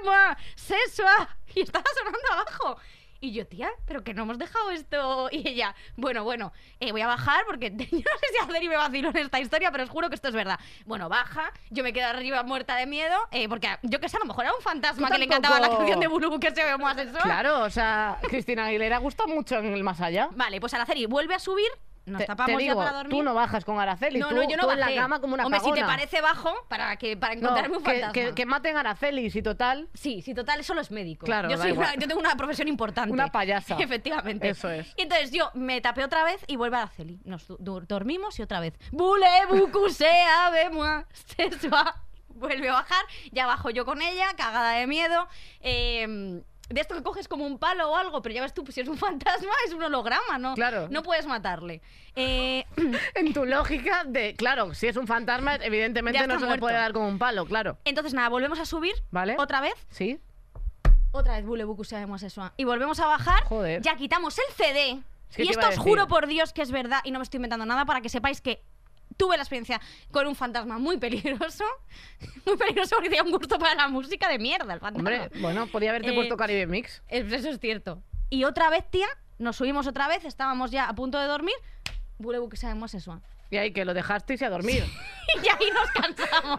Speaker 3: bema, sesua! [LAUGHS] Y estaba sonando abajo. Y yo, tía, pero que no hemos dejado esto. [LAUGHS] Y ella, bueno, bueno, eh, voy a bajar porque [LAUGHS] yo no sé si hacer y me vacilo en esta historia, pero os juro que esto es verdad. Bueno, baja, yo me quedo arriba muerta de miedo, eh, porque yo que sé, a lo mejor era un fantasma
Speaker 2: Tú
Speaker 3: que le encantaba la
Speaker 2: tampoco.
Speaker 3: canción de Bulu que se ve más sesua.
Speaker 2: Claro, o sea, Cristina Aguilera gusta mucho en el más allá.
Speaker 3: Vale, pues Araceli vuelve a subir, nos
Speaker 2: Te- te,
Speaker 3: tapamos
Speaker 2: digo,
Speaker 3: ya para dormir.
Speaker 2: tú no bajas con Araceli.
Speaker 3: No,
Speaker 2: tú,
Speaker 3: no, yo no
Speaker 2: tú en
Speaker 3: bajé.
Speaker 2: la cama como una
Speaker 3: Hombre, si te
Speaker 2: pagona.
Speaker 3: parece bajo, para, que, para
Speaker 2: No,
Speaker 3: encontrarme un
Speaker 2: que,
Speaker 3: fantasma.
Speaker 2: que- que maten a Araceli, si total.
Speaker 3: Sí, sí, total, eso lo es médico.
Speaker 2: Claro,
Speaker 3: yo,
Speaker 2: da
Speaker 3: soy
Speaker 2: igual.
Speaker 3: una- yo tengo una profesión importante.
Speaker 2: Una payasa.
Speaker 3: [LAUGHS] Efectivamente.
Speaker 2: Eso es.
Speaker 3: Y entonces yo me tapé otra vez y vuelve Araceli. Nos du- du- dormimos y otra vez. Bule,
Speaker 2: [LAUGHS]
Speaker 3: bucusea, bemua, sesua. Vuelve a bajar, ya bajo yo con ella, cagada de miedo. Eh, de esto que coges como un palo o algo, pero ya ves tú, pues si es un fantasma, es un holograma, ¿no?
Speaker 2: Claro.
Speaker 3: No puedes matarle. Eh,
Speaker 2: [LAUGHS]
Speaker 3: [CLEARS THROAT]
Speaker 2: En tu lógica de, claro, si es un fantasma,
Speaker 3: Ya
Speaker 2: evidentemente
Speaker 3: está
Speaker 2: no se le
Speaker 3: muerto.
Speaker 2: puede dar con un palo, claro.
Speaker 3: entonces, nada, volvemos a subir
Speaker 2: Vale.
Speaker 3: otra vez
Speaker 2: ¿Sí?
Speaker 3: Otra vez Bule Bucu sabemos eso. Y volvemos a bajar.
Speaker 2: Joder.
Speaker 3: Ya quitamos el CD.
Speaker 2: Es que
Speaker 3: y
Speaker 2: te iba
Speaker 3: esto
Speaker 2: a
Speaker 3: os
Speaker 2: decir.
Speaker 3: juro por Dios que es verdad y no me estoy inventando nada para que sepáis que tuve la experiencia con un fantasma muy peligroso. [LAUGHS] Muy peligroso porque tenía un gusto para la música de mierda el fantasma.
Speaker 2: Hombre, bueno, podía haberte
Speaker 3: Eh,
Speaker 2: puesto Caribe Mix.
Speaker 3: Es- Eso es cierto. Y otra vez, tía, Nos subimos otra vez, estábamos ya a punto de dormir. Bulebu que sabemos eso. [LAUGHS]
Speaker 2: Y ahí que lo dejasteis y a dormir.
Speaker 3: Y ahí nos cansamos.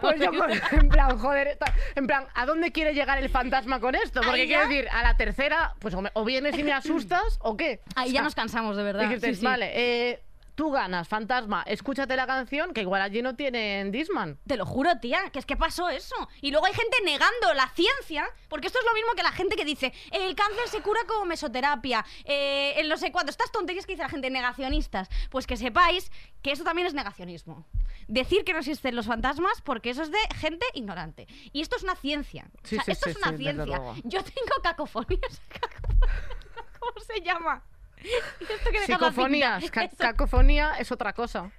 Speaker 2: [LAUGHS] Pues yo con- en plan, joder, esta- en plan, ¿a dónde quiere llegar el fantasma con esto? Porque
Speaker 3: Ahí
Speaker 2: quiero
Speaker 3: ya.
Speaker 2: decir, a la tercera, pues o, me- o vienes
Speaker 3: [LAUGHS]
Speaker 2: y me asustas o qué.
Speaker 3: Ahí ya nos cansamos, de verdad.
Speaker 2: Dijiste,
Speaker 3: Sí, sí.
Speaker 2: vale, eh, tú ganas, fantasma, escúchate la canción, que igual allí no tienen Disman.
Speaker 3: Te lo juro, tía, que es que pasó eso. Y luego hay gente negando la ciencia, porque esto es lo mismo que la gente que dice, el cáncer se cura con mesoterapia, eh, el no sé cuánto, estas tonterías que dice la gente negacionistas. Pues que sepáis que eso también es negacionismo. Decir que no existen los fantasmas, porque eso es de gente ignorante. Y esto es una ciencia.
Speaker 2: Sí,
Speaker 3: o sea,
Speaker 2: sí,
Speaker 3: esto
Speaker 2: sí,
Speaker 3: es una
Speaker 2: sí, desde
Speaker 3: ciencia.
Speaker 2: luego.
Speaker 3: Yo tengo cacofonías. cacofonías, [LAUGHS] ¿Cómo se llama? [LAUGHS] Y esto que deja la cinta. [LAUGHS]
Speaker 2: Psicofonías, ca-
Speaker 3: Eso.
Speaker 2: cacofonía es otra cosa.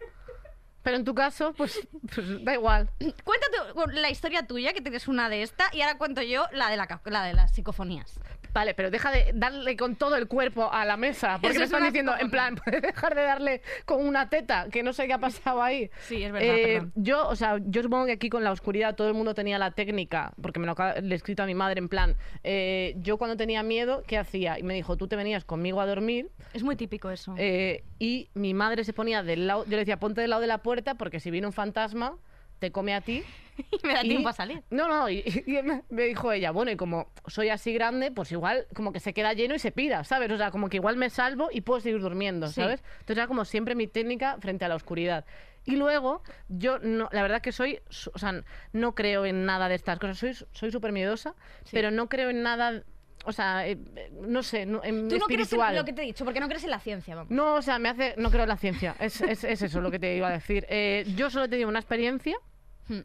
Speaker 2: Pero en tu caso, pues, pues da igual.
Speaker 3: Cuéntate bueno, la historia tuya, que tienes una de esta, y ahora cuento yo la de, la, ca- la de las psicofonías.
Speaker 2: Vale, pero deja de darle con todo el cuerpo a la mesa. Porque
Speaker 3: Eso
Speaker 2: me
Speaker 3: es
Speaker 2: están
Speaker 3: una
Speaker 2: diciendo, en
Speaker 3: psicofonía.
Speaker 2: plan, [LAUGHS] puedes dejar de darle con una teta, que no sé qué ha pasado ahí.
Speaker 3: Sí, es
Speaker 2: Eh, yo, o sea, yo supongo que aquí con la oscuridad todo el mundo tenía la técnica, porque me lo acaba- le he escrito a mi madre en plan, eh, yo cuando tenía miedo, ¿qué hacía? Y me dijo, tú te venías conmigo a dormir
Speaker 3: Es muy típico eso.
Speaker 2: eh, y mi madre se ponía del lado, yo le decía, ponte del lado de la puerta porque si viene un fantasma, te come a ti.
Speaker 3: y [LAUGHS] me da
Speaker 2: y-
Speaker 3: tiempo a salir.
Speaker 2: No, no, y, [LAUGHS] y me- me dijo ella, bueno, y como soy así grande, pues igual como que se queda lleno y se pira, ¿sabes? O sea, como que igual me salvo y puedo seguir durmiendo,
Speaker 3: Sí.
Speaker 2: ¿sabes? Entonces era como siempre mi técnica frente a la oscuridad. Y luego, yo no, la verdad que soy, su- o sea, no creo en nada de estas cosas, soy soy súper miedosa,
Speaker 3: Sí.
Speaker 2: pero no creo en nada, o sea, eh, eh, no sé, no- en
Speaker 3: Tú no crees
Speaker 2: espiritual.
Speaker 3: en lo que te he dicho, porque no crees en la ciencia, vamos.
Speaker 2: No, o sea, me hace. No creo en la ciencia. Es, es- es eso lo que te iba a decir. Eh, yo solo he tenido una experiencia
Speaker 3: Hmm.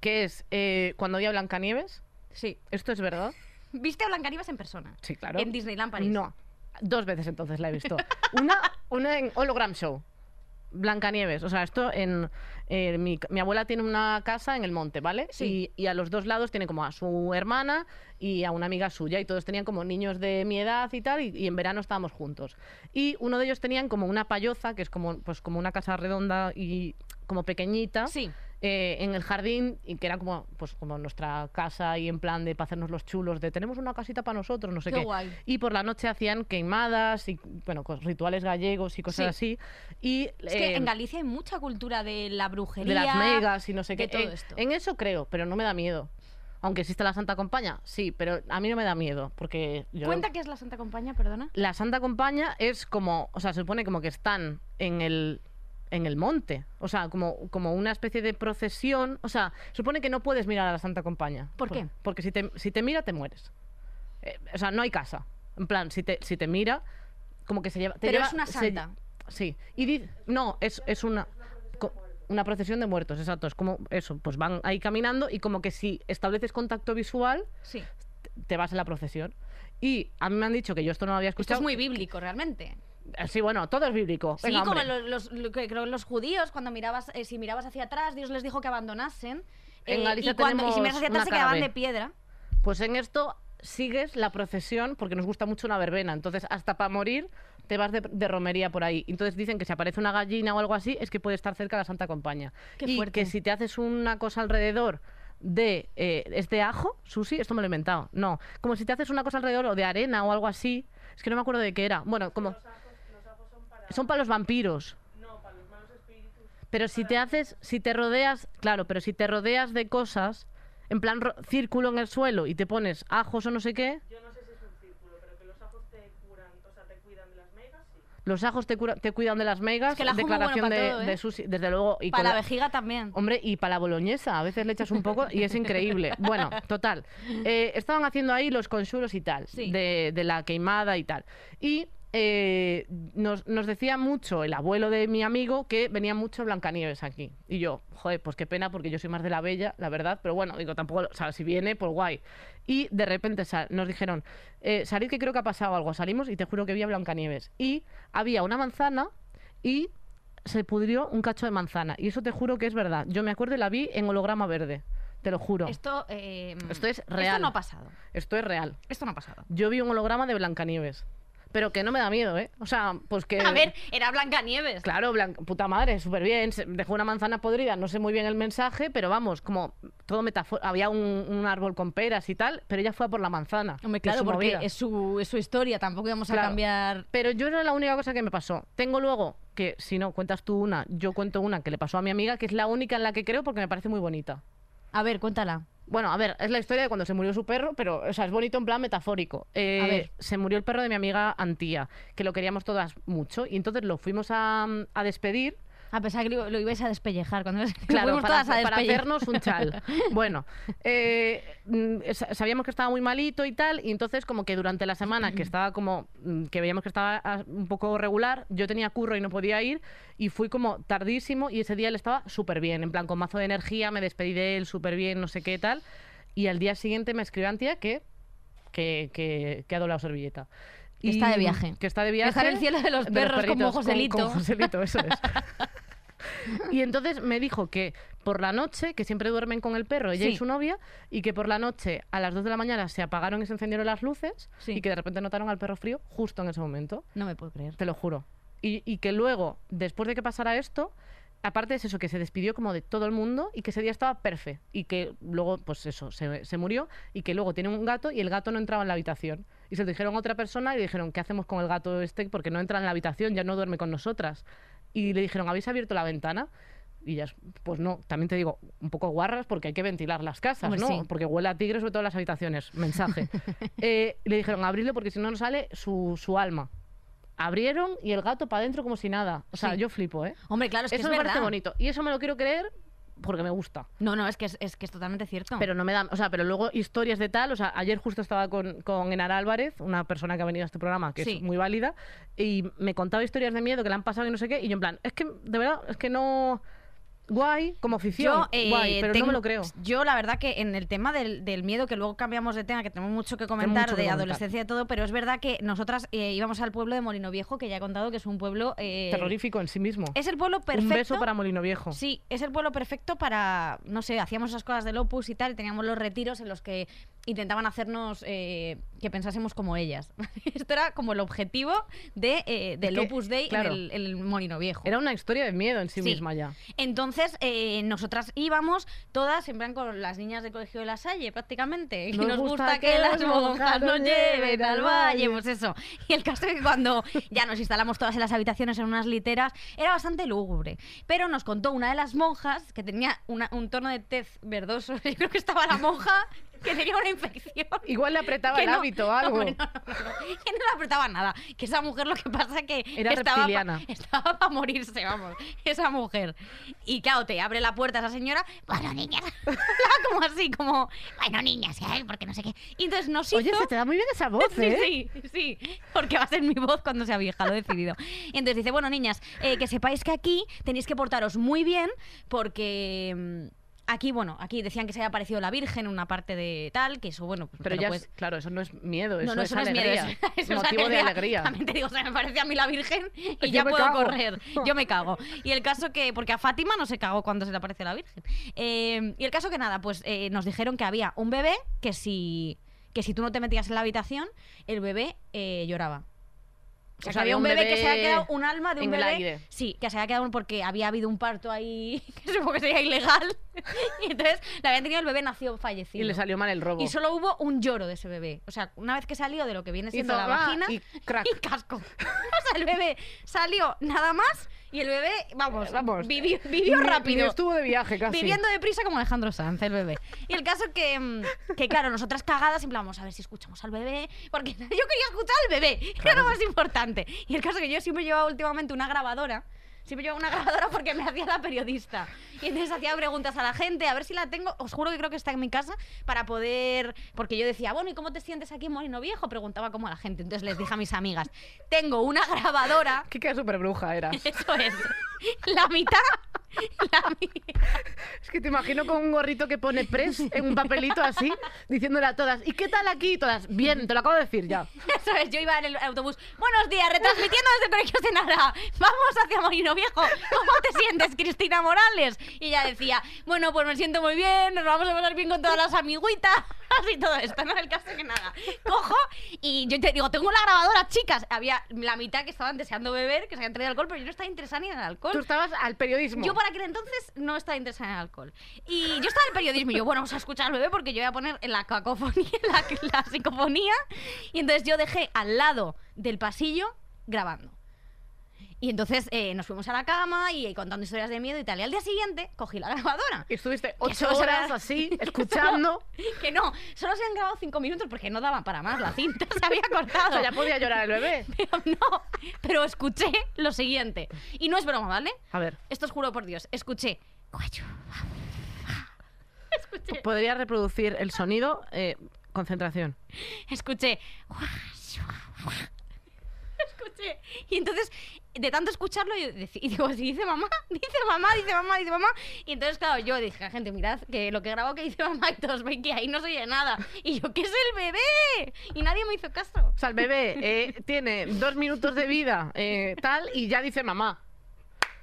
Speaker 2: que es eh, cuando vi a Blancanieves.
Speaker 3: Sí.
Speaker 2: ¿Esto es verdad?
Speaker 3: ¿Viste a Blancanieves en persona?
Speaker 2: Sí, claro.
Speaker 3: En Disneyland París.
Speaker 2: No. Dos veces entonces la he visto. Una, una en Hologram Show. Blancanieves, o sea, esto en... eh, mi, mi abuela tiene una casa en el monte, ¿vale?
Speaker 3: Sí.
Speaker 2: Y, y a los dos lados tiene como a su hermana y a una amiga suya, y todos tenían como niños de mi edad y tal, y, y en verano estábamos juntos. Y uno de ellos tenían como una payoza, que es como, pues, como una casa redonda y como pequeñita
Speaker 3: Sí.
Speaker 2: eh, en el jardín y que era como pues como nuestra casa y en plan de para hacernos los chulos de tenemos una casita para nosotros no sé
Speaker 3: Qué
Speaker 2: qué,
Speaker 3: guay.
Speaker 2: y por la noche hacían queimadas y bueno cos- rituales gallegos y cosas así y
Speaker 3: Es que
Speaker 2: eh,
Speaker 3: en Galicia hay mucha cultura de la brujería.
Speaker 2: de las megas y no sé qué
Speaker 3: de todo
Speaker 2: en,
Speaker 3: esto.
Speaker 2: en eso creo pero no me da miedo aunque existe la Santa Compaña sí pero a mí no me da miedo porque yo
Speaker 3: Cuenta qué es la Santa Compañía, perdona.
Speaker 2: la Santa Compaña es como, o sea, se supone como que están en el en el monte, o sea, como, como una especie de procesión, o sea, supone que no puedes mirar a la Santa Compaña.
Speaker 3: ¿Por qué?
Speaker 2: Porque si te, si te mira te mueres. Eh, o sea, no hay casa. En plan, si te, si te mira, como que se lleva... te
Speaker 3: Pero
Speaker 2: lleva-
Speaker 3: es una
Speaker 2: se-
Speaker 3: santa.
Speaker 2: sí. Y di- no, es, es una co- una procesión de muertos, exacto. Es como eso, pues van ahí caminando y como que si estableces contacto visual,
Speaker 3: Sí.
Speaker 2: te vas en la procesión. Y a mí me han dicho que yo esto no lo había
Speaker 3: Esto
Speaker 2: escuchado.
Speaker 3: es muy bíblico, realmente.
Speaker 2: Eh, Sí, bueno, todo es bíblico.
Speaker 3: Sí,
Speaker 2: Venga,
Speaker 3: como
Speaker 2: hombre.
Speaker 3: los, los- lo que creo que los judíos, cuando mirabas, eh, si mirabas hacia atrás, Dios les dijo que abandonasen.
Speaker 2: En
Speaker 3: eh,
Speaker 2: Galicia
Speaker 3: y, cuando, y si mirabas hacia
Speaker 2: tenemos
Speaker 3: atrás
Speaker 2: una
Speaker 3: se
Speaker 2: cara
Speaker 3: quedaban
Speaker 2: B.
Speaker 3: de piedra.
Speaker 2: Pues en esto sigues la procesión porque nos gusta mucho una verbena. Entonces, hasta para morir te vas de, de romería por ahí. Entonces dicen que si aparece una gallina o algo así es que puede estar cerca de la Santa Compañía.
Speaker 3: Qué
Speaker 2: y
Speaker 3: fuerte.
Speaker 2: que si te haces una cosa alrededor de eh, es de ajo, sushi, esto me lo he inventado. No, como si te haces una cosa alrededor o de arena o algo así, es que no me acuerdo de qué era. Bueno, como son para los vampiros. Pero si te haces, si te rodeas, claro, pero si te rodeas de cosas, en plan ro- círculo en el suelo y te pones ajos o no sé qué,
Speaker 5: Yo no sé si es un círculo, pero que los ajos te curan, o sea, te cuidan de las megas, sí.
Speaker 2: los ajos te, cura- te cuidan de las megas,
Speaker 3: Es que el ajo es muy bueno
Speaker 2: declaración
Speaker 3: pa'
Speaker 2: de,
Speaker 3: todo, ¿eh?
Speaker 2: de sushi, desde luego. Y
Speaker 3: Para
Speaker 2: con
Speaker 3: la
Speaker 2: la-
Speaker 3: vejiga también.
Speaker 2: Hombre, y para la boloñesa, a veces le echas un poco y es increíble. Bueno, total. Eh, estaban haciendo ahí los consuelos y tal,
Speaker 3: Sí.
Speaker 2: de, de la queimada y tal. Y eh, nos, nos decía mucho el abuelo de mi amigo que venía mucho Blancanieves aquí. Y yo, joder, pues qué pena porque yo soy más de la bella, la verdad, pero bueno, digo, tampoco, o sea, si viene, pues guay. Y de repente sal- nos dijeron, eh, salid que creo que ha pasado algo. Salimos y te juro que vi a Blancanieves. Y había una manzana y se pudrió un cacho de manzana. Y eso te juro que es verdad. Yo me acuerdo y la vi en holograma verde. Te lo juro. Esto,
Speaker 3: Esto, eh,
Speaker 2: Esto es real.
Speaker 3: no ha pasado.
Speaker 2: es real.
Speaker 3: Esto no ha pasado.
Speaker 2: Yo vi un holograma de Blancanieves. pero que no me da miedo, ¿eh? O sea, pues que...
Speaker 3: A ver, era Blancanieves.
Speaker 2: Claro, Blan- puta madre, súper bien. Se- Dejó una manzana podrida, no sé muy bien el mensaje, pero vamos, como todo metafórico. Había un, un árbol con peras y tal, pero ella fue a por la manzana.
Speaker 3: Hombre,
Speaker 2: que es
Speaker 3: claro,
Speaker 2: su
Speaker 3: porque
Speaker 2: movida.
Speaker 3: es su, es su historia, tampoco íbamos a
Speaker 2: Claro.
Speaker 3: cambiar.
Speaker 2: Pero yo no es la única cosa que me pasó. Tengo luego, que si no cuentas tú una, yo cuento una que le pasó a mi amiga, que es la única en la que creo porque me parece muy bonita.
Speaker 3: A ver, cuéntala.
Speaker 2: Bueno, a ver, es la historia de cuando se murió su perro, pero o sea, es bonito en plan metafórico. Eh,
Speaker 3: A ver.
Speaker 2: Se murió el perro de mi amiga Antía, que lo queríamos todas mucho, y entonces lo fuimos a, a despedir.
Speaker 3: A pesar que lo, lo ibais a despellejar. Cuando
Speaker 2: [LAUGHS] Claro,
Speaker 3: fuimos
Speaker 2: para,
Speaker 3: todas a
Speaker 2: para
Speaker 3: despellejar.
Speaker 2: hacernos un chal. [LAUGHS] Bueno, eh, mm, sa- sabíamos que estaba muy malito y tal, y entonces como que durante la semana que estaba como, mm, que veíamos que estaba ah, un poco regular, yo tenía curro y no podía ir, y fui como tardísimo, y ese día él estaba súper bien, en plan con mazo de energía, me despedí de él súper bien, no sé qué tal, y al día siguiente me escribió Antía que, que, que, que ha doblado servilleta.
Speaker 3: Que está de viaje.
Speaker 2: Que está de viaje.
Speaker 3: está en el cielo de los perros, como
Speaker 2: perritos,
Speaker 3: Joselito.
Speaker 2: como Joselito, eso es.
Speaker 3: [LAUGHS]
Speaker 2: Y entonces me dijo que por la noche, que siempre duermen con el perro, ella y
Speaker 3: Sí.
Speaker 2: su novia, y que por la noche a las 2 de la mañana se apagaron y se encendieron las luces
Speaker 3: Sí.
Speaker 2: y que de repente notaron al perro frío justo en ese momento,
Speaker 3: No me puedo creer.
Speaker 2: te lo juro. Y, y que luego, después de que pasara esto, aparte es eso, que se despidió como de todo el mundo y que ese día estaba perfe y que luego, pues eso, se, se murió y que luego tiene un gato y el gato no entraba en la habitación. Y se lo dijeron a otra persona y le dijeron, ¿qué hacemos con el gato este? Porque no entra en la habitación, ya no duerme con nosotras. Y le dijeron, ¿habéis abierto la ventana? Y ellas, pues no, también te digo, un poco guarras porque hay que ventilar las casas,
Speaker 3: Hombre,
Speaker 2: ¿no?
Speaker 3: sí.
Speaker 2: Porque huele a tigre, sobre todo en las habitaciones.
Speaker 3: [LAUGHS]
Speaker 2: Mensaje. Eh, le dijeron, abrirlo porque si no, no sale su, su alma. Abrieron y el gato para adentro como si nada. O sea,
Speaker 3: Sí.
Speaker 2: yo flipo, ¿eh?
Speaker 3: Hombre, claro, es que
Speaker 2: eso
Speaker 3: es
Speaker 2: me
Speaker 3: verdad.
Speaker 2: parece bonito. Y eso me lo quiero creer porque me gusta.
Speaker 3: No, no, es que es, es que es totalmente cierto.
Speaker 2: Pero no me da. O sea, pero luego historias de tal. O sea, ayer justo estaba con, con Enar Álvarez, una persona que ha venido a este programa, que
Speaker 3: Sí.
Speaker 2: es muy válida, y me contaba historias de miedo que le han pasado y no sé qué. Y yo, en plan, es que, de verdad, es que no. Guay, como afición.
Speaker 3: yo, eh,
Speaker 2: guay, pero no
Speaker 3: tengo-
Speaker 2: me lo creo.
Speaker 3: Yo, la verdad, que en el tema del, del miedo, que luego cambiamos de tema, que tenemos mucho que comentar
Speaker 2: mucho que
Speaker 3: de
Speaker 2: comentar.
Speaker 3: adolescencia y todo, pero es verdad que nosotras eh, íbamos al pueblo de Molino Viejo, que ya he contado que es un pueblo. eh,
Speaker 2: Terrorífico en sí mismo.
Speaker 3: Es el pueblo perfecto.
Speaker 2: Un beso para Molino Viejo.
Speaker 3: Sí, es el pueblo perfecto para, no sé, hacíamos esas cosas del opus y tal, y teníamos los retiros en los que intentaban hacernos eh, que pensásemos como ellas. [LAUGHS] Esto era como el objetivo de, eh, del
Speaker 2: que,
Speaker 3: opus Dei
Speaker 2: claro.
Speaker 3: en, el, en el Molino Viejo.
Speaker 2: Era una historia de miedo en sí,
Speaker 3: Sí.
Speaker 2: misma ya.
Speaker 3: Entonces, eh, nosotras íbamos todas, en plan con las niñas del Colegio de la Salle, prácticamente. Y
Speaker 2: Nos
Speaker 3: nos,
Speaker 2: gusta
Speaker 3: gusta,
Speaker 2: que
Speaker 3: que las
Speaker 2: las
Speaker 3: monjas nos lleven al
Speaker 2: valle.
Speaker 3: valle, pues eso. Y el caso es que cuando ya nos instalamos todas en las habitaciones en unas literas, era bastante lúgubre. Pero nos contó una de las monjas que tenía una- un tono de tez verdoso. [LAUGHS] Yo creo que estaba la monja que tenía una infección.
Speaker 2: Igual le apretaba
Speaker 3: Que
Speaker 2: el
Speaker 3: no-
Speaker 2: hábito o
Speaker 3: [LAUGHS] no,
Speaker 2: algo.
Speaker 3: hombre, no, no, no, no, que no le apretaba nada. Que esa mujer lo que pasa que
Speaker 2: Era
Speaker 3: estaba
Speaker 2: reptiliana.
Speaker 3: pa- estaba para morirse, vamos. Esa mujer. Y claro, te abre la puerta esa señora. Bueno, niñas. [LAUGHS] como así, como. Bueno, niñas, ¿eh? porque no sé qué. Y entonces nos
Speaker 2: Oye,
Speaker 3: hizo.
Speaker 2: se te da muy bien esa voz, ¿eh?
Speaker 3: [LAUGHS] Sí, sí, sí, porque va a ser mi voz cuando sea vieja, lo he decidido. Y entonces dice, bueno, niñas, eh, que sepáis que aquí tenéis que portaros muy bien porque mm, aquí, bueno, aquí decían que se había aparecido la Virgen en una parte de tal, que eso, bueno, pues te
Speaker 2: Pero
Speaker 3: lo
Speaker 2: ya,
Speaker 3: puedes-
Speaker 2: es- claro, eso no es miedo, eso,
Speaker 3: no, no,
Speaker 2: es
Speaker 3: eso no es miedo,
Speaker 2: alegría.
Speaker 3: eso- [LAUGHS] eso es
Speaker 2: motivo de alegría.
Speaker 3: También te digo, se me parece a mí la
Speaker 2: [LAUGHS]
Speaker 3: Virgen y
Speaker 2: Yo
Speaker 3: ya
Speaker 2: me
Speaker 3: puedo
Speaker 2: cago.
Speaker 3: correr. Yo me cago. Y el caso que, porque a Fátima no se cagó cuando se le apareció la Virgen. Eh, y el caso que nada, pues eh, nos dijeron que había un bebé que si, que si tú no te metías en la habitación, el bebé eh, lloraba. O sea, que había un bebé, que se había quedado un alma de un
Speaker 2: en el
Speaker 3: bebé.
Speaker 2: aire.
Speaker 3: Sí, que se había quedado porque había habido un parto ahí [LAUGHS] que supongo que sería ilegal. [LAUGHS] y entonces la habían tenido el bebé nació fallecido.
Speaker 2: Y le salió mal el robo.
Speaker 3: Y solo hubo un lloro de ese bebé. O sea, una vez que salió de lo que viene siendo
Speaker 2: Hizo
Speaker 3: la
Speaker 2: "Ah",
Speaker 3: vagina
Speaker 2: y crack.
Speaker 3: y casco. [LAUGHS] O sea, el bebé salió nada más y el bebé, vamos,
Speaker 2: Vamos.
Speaker 3: vivió, vivió
Speaker 2: Ni- ni
Speaker 3: rápido.
Speaker 2: estuvo de viaje casi.
Speaker 3: Viviendo deprisa como Alejandro Sanz, el bebé. Y el caso que, mm, que claro, nosotras cagadas, en plan, vamos a ver si escuchamos al bebé, porque [LAUGHS] yo quería escuchar al bebé, que era lo más importante. Y el caso que yo siempre llevaba últimamente una grabadora, siempre llevaba una grabadora porque me hacía la periodista. Y entonces hacía preguntas a la gente, a ver si la tengo, os juro que creo que está en mi casa, para poder, porque yo decía, bueno, ¿y cómo te sientes aquí en Molino Viejo? Preguntaba como a la gente, entonces les dije a mis amigas, tengo una grabadora [LAUGHS]
Speaker 2: Kika súper bruja era.
Speaker 3: eso es. La mitad. [LAUGHS] La mitad.
Speaker 2: Es que te imagino con un gorrito que pone press en un papelito así, diciéndole a todas, ¿y qué tal aquí? Y Todas, bien, te lo acabo de decir ya.
Speaker 3: [LAUGHS] Eso es, yo iba en el autobús. Buenos días, retransmitiendo desde Colegios de Nara. Vamos hacia Molino Viejo. ¿Cómo te sientes, Cristina Morales? Y ella decía, bueno, pues me siento muy bien, nos vamos a pasar bien con todas las amiguitas. [LAUGHS] y todo esto, ¿no? El caso es que nada. Cojo y yo te digo, tengo la grabadora, chicas. Había la mitad que estaban deseando beber, que se habían traído alcohol, pero yo no estaba interesada ni en el alcohol.
Speaker 2: Tú estabas al periodismo.
Speaker 3: Yo para aquel entonces no estaba interesada en el alcohol. Y yo estaba en el periodismo y yo, bueno, vamos a escuchar al bebé porque yo voy a poner la cacofonía, [LAUGHS] la, la psicofonía. Y entonces yo dejé al lado del pasillo grabando. Y entonces eh, nos fuimos a la cama y eh, contando historias de miedo y tal. Y al día siguiente cogí la grabadora. [LAUGHS]
Speaker 2: Y estuviste
Speaker 3: Que
Speaker 2: ocho
Speaker 3: solo se
Speaker 2: horas
Speaker 3: graba- [LAUGHS]
Speaker 2: así, escuchando.
Speaker 3: Que no, solo se han grabado cinco minutos porque no daba para más la cinta, [LAUGHS] se había cortado.
Speaker 2: O sea, ya podía llorar el bebé.
Speaker 3: Pero [LAUGHS] no, pero escuché lo siguiente. Y no es broma, ¿vale?
Speaker 2: A ver,
Speaker 3: Esto os juro por Dios. Escuché. "Guayu, guau". Escuché.
Speaker 2: ¿podrías reproducir el sonido? Eh, concentración.
Speaker 3: Escuché. [LAUGHS] "Guas, guau, guau". Escuché. Y entonces, de tanto escucharlo, yo dec- y digo, si dice mamá, [LAUGHS] dice mamá, dice mamá, dice mamá. Y entonces, claro, yo dije, gente, mirad que lo que grabo que dice mamá y todos ven que ahí no se oye nada. Y yo, ¿qué es el bebé? Y nadie me hizo caso.
Speaker 2: O sea, el bebé eh, tiene dos minutos de vida, eh, tal, y ya dice mamá.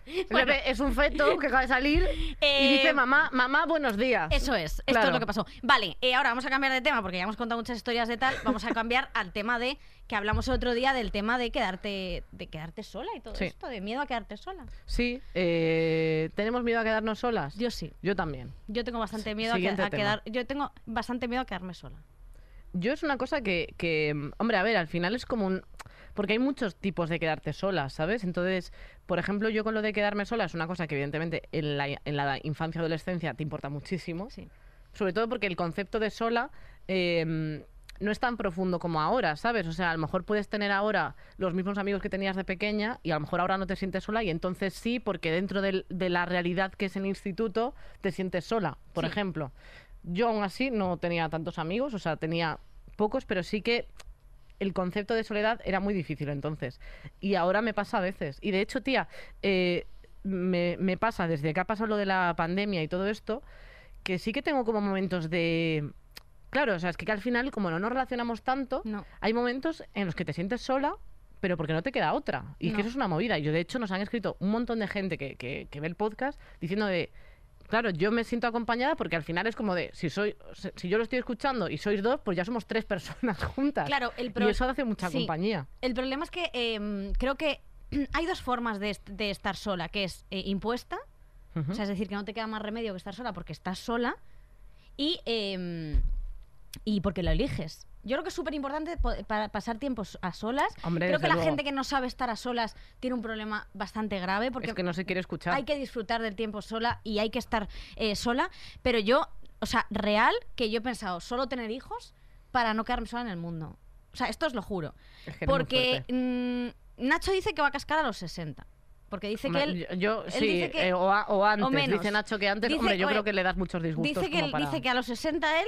Speaker 2: El bebé es un feto que acaba de salir y
Speaker 3: Eh,
Speaker 2: dice mamá, mamá, buenos días.
Speaker 3: Eso es, esto
Speaker 2: Claro.
Speaker 3: es lo que pasó. Vale, eh, ahora vamos a cambiar de tema porque ya hemos contado muchas historias de tal. Vamos a cambiar al tema de que hablamos el otro día del tema de quedarte, de quedarte sola y todo
Speaker 2: Sí.
Speaker 3: esto, de miedo a quedarte sola.
Speaker 2: Sí, eh, ¿tenemos miedo a quedarnos solas?
Speaker 3: Yo sí,
Speaker 2: Yo también.
Speaker 3: yo tengo bastante
Speaker 2: Sí,
Speaker 3: miedo a que-
Speaker 2: siguiente
Speaker 3: a,
Speaker 2: tema.
Speaker 3: quedar, yo tengo bastante miedo a quedarme sola.
Speaker 2: Yo es una cosa que, que, mm, hombre, a ver, al final es como un... Porque hay muchos tipos de quedarte sola, ¿sabes? Entonces, por ejemplo, yo con lo de quedarme sola es una cosa que evidentemente en la, en la infancia adolescencia te importa muchísimo.
Speaker 3: Sí.
Speaker 2: Sobre todo porque el concepto de sola eh, no es tan profundo como ahora, ¿sabes? O sea, a lo mejor puedes tener ahora los mismos amigos que tenías de pequeña y a lo mejor ahora no te sientes sola y entonces sí, porque dentro del- de la realidad que es el instituto te sientes sola, por
Speaker 3: Sí.
Speaker 2: ejemplo. Yo aún así no tenía tantos amigos, o sea, tenía pocos, pero sí que el concepto de soledad era muy difícil entonces. Y ahora me pasa a veces. Y de hecho, tía, eh, me, me pasa desde que ha pasado lo de la pandemia y todo esto, que sí que tengo como momentos de... Claro, o sea, es que al final, como no nos relacionamos tanto,
Speaker 3: No.
Speaker 2: hay momentos en los que te sientes sola, pero porque no te queda otra. Y es que
Speaker 3: No.
Speaker 2: eso es una movida. Y yo, de hecho, nos han escrito un montón de gente que, que- que ve el podcast diciendo de. Claro, yo me siento acompañada porque al final es como de, si soy, si yo lo estoy escuchando y sois dos, pues ya somos tres personas [LAUGHS] juntas.
Speaker 3: Claro, el
Speaker 2: Ah. y
Speaker 3: pro-
Speaker 2: eso hace mucha
Speaker 3: sí.
Speaker 2: compañía.
Speaker 3: El problema es que eh, creo que [CLEARS THROAT] hay dos formas de, est- de estar sola, que es eh, impuesta,
Speaker 2: Ujú.
Speaker 3: o sea, es decir, que no te queda más remedio que estar sola porque estás sola y, eh, y porque lo eliges. Yo creo que es súper importante po- para pasar tiempos a solas.
Speaker 2: Hombre,
Speaker 3: creo
Speaker 2: desde
Speaker 3: que la
Speaker 2: luego.
Speaker 3: gente que no sabe estar a solas tiene un problema bastante grave porque
Speaker 2: es que no se quiere escuchar.
Speaker 3: hay que disfrutar del tiempo sola y hay que estar eh, sola. Pero yo, o sea, real que yo he pensado solo tener hijos para no quedarme sola en el mundo. O sea, esto os lo juro.
Speaker 2: Es que eres muy
Speaker 3: Porque
Speaker 2: fuerte.
Speaker 3: mm, Nacho dice que va a cascar a los 60. Porque dice
Speaker 2: Hombre,
Speaker 3: que él...
Speaker 2: yo, yo-
Speaker 3: él
Speaker 2: sí,
Speaker 3: dice que-
Speaker 2: eh, o, a- o antes,
Speaker 3: menos.
Speaker 2: dice Nacho que antes,
Speaker 3: Dice-
Speaker 2: hombre, yo
Speaker 3: oye,
Speaker 2: creo que le das muchos disgustos.
Speaker 3: Dice que,
Speaker 2: como
Speaker 3: él-
Speaker 2: para-
Speaker 3: dice que a los 60 él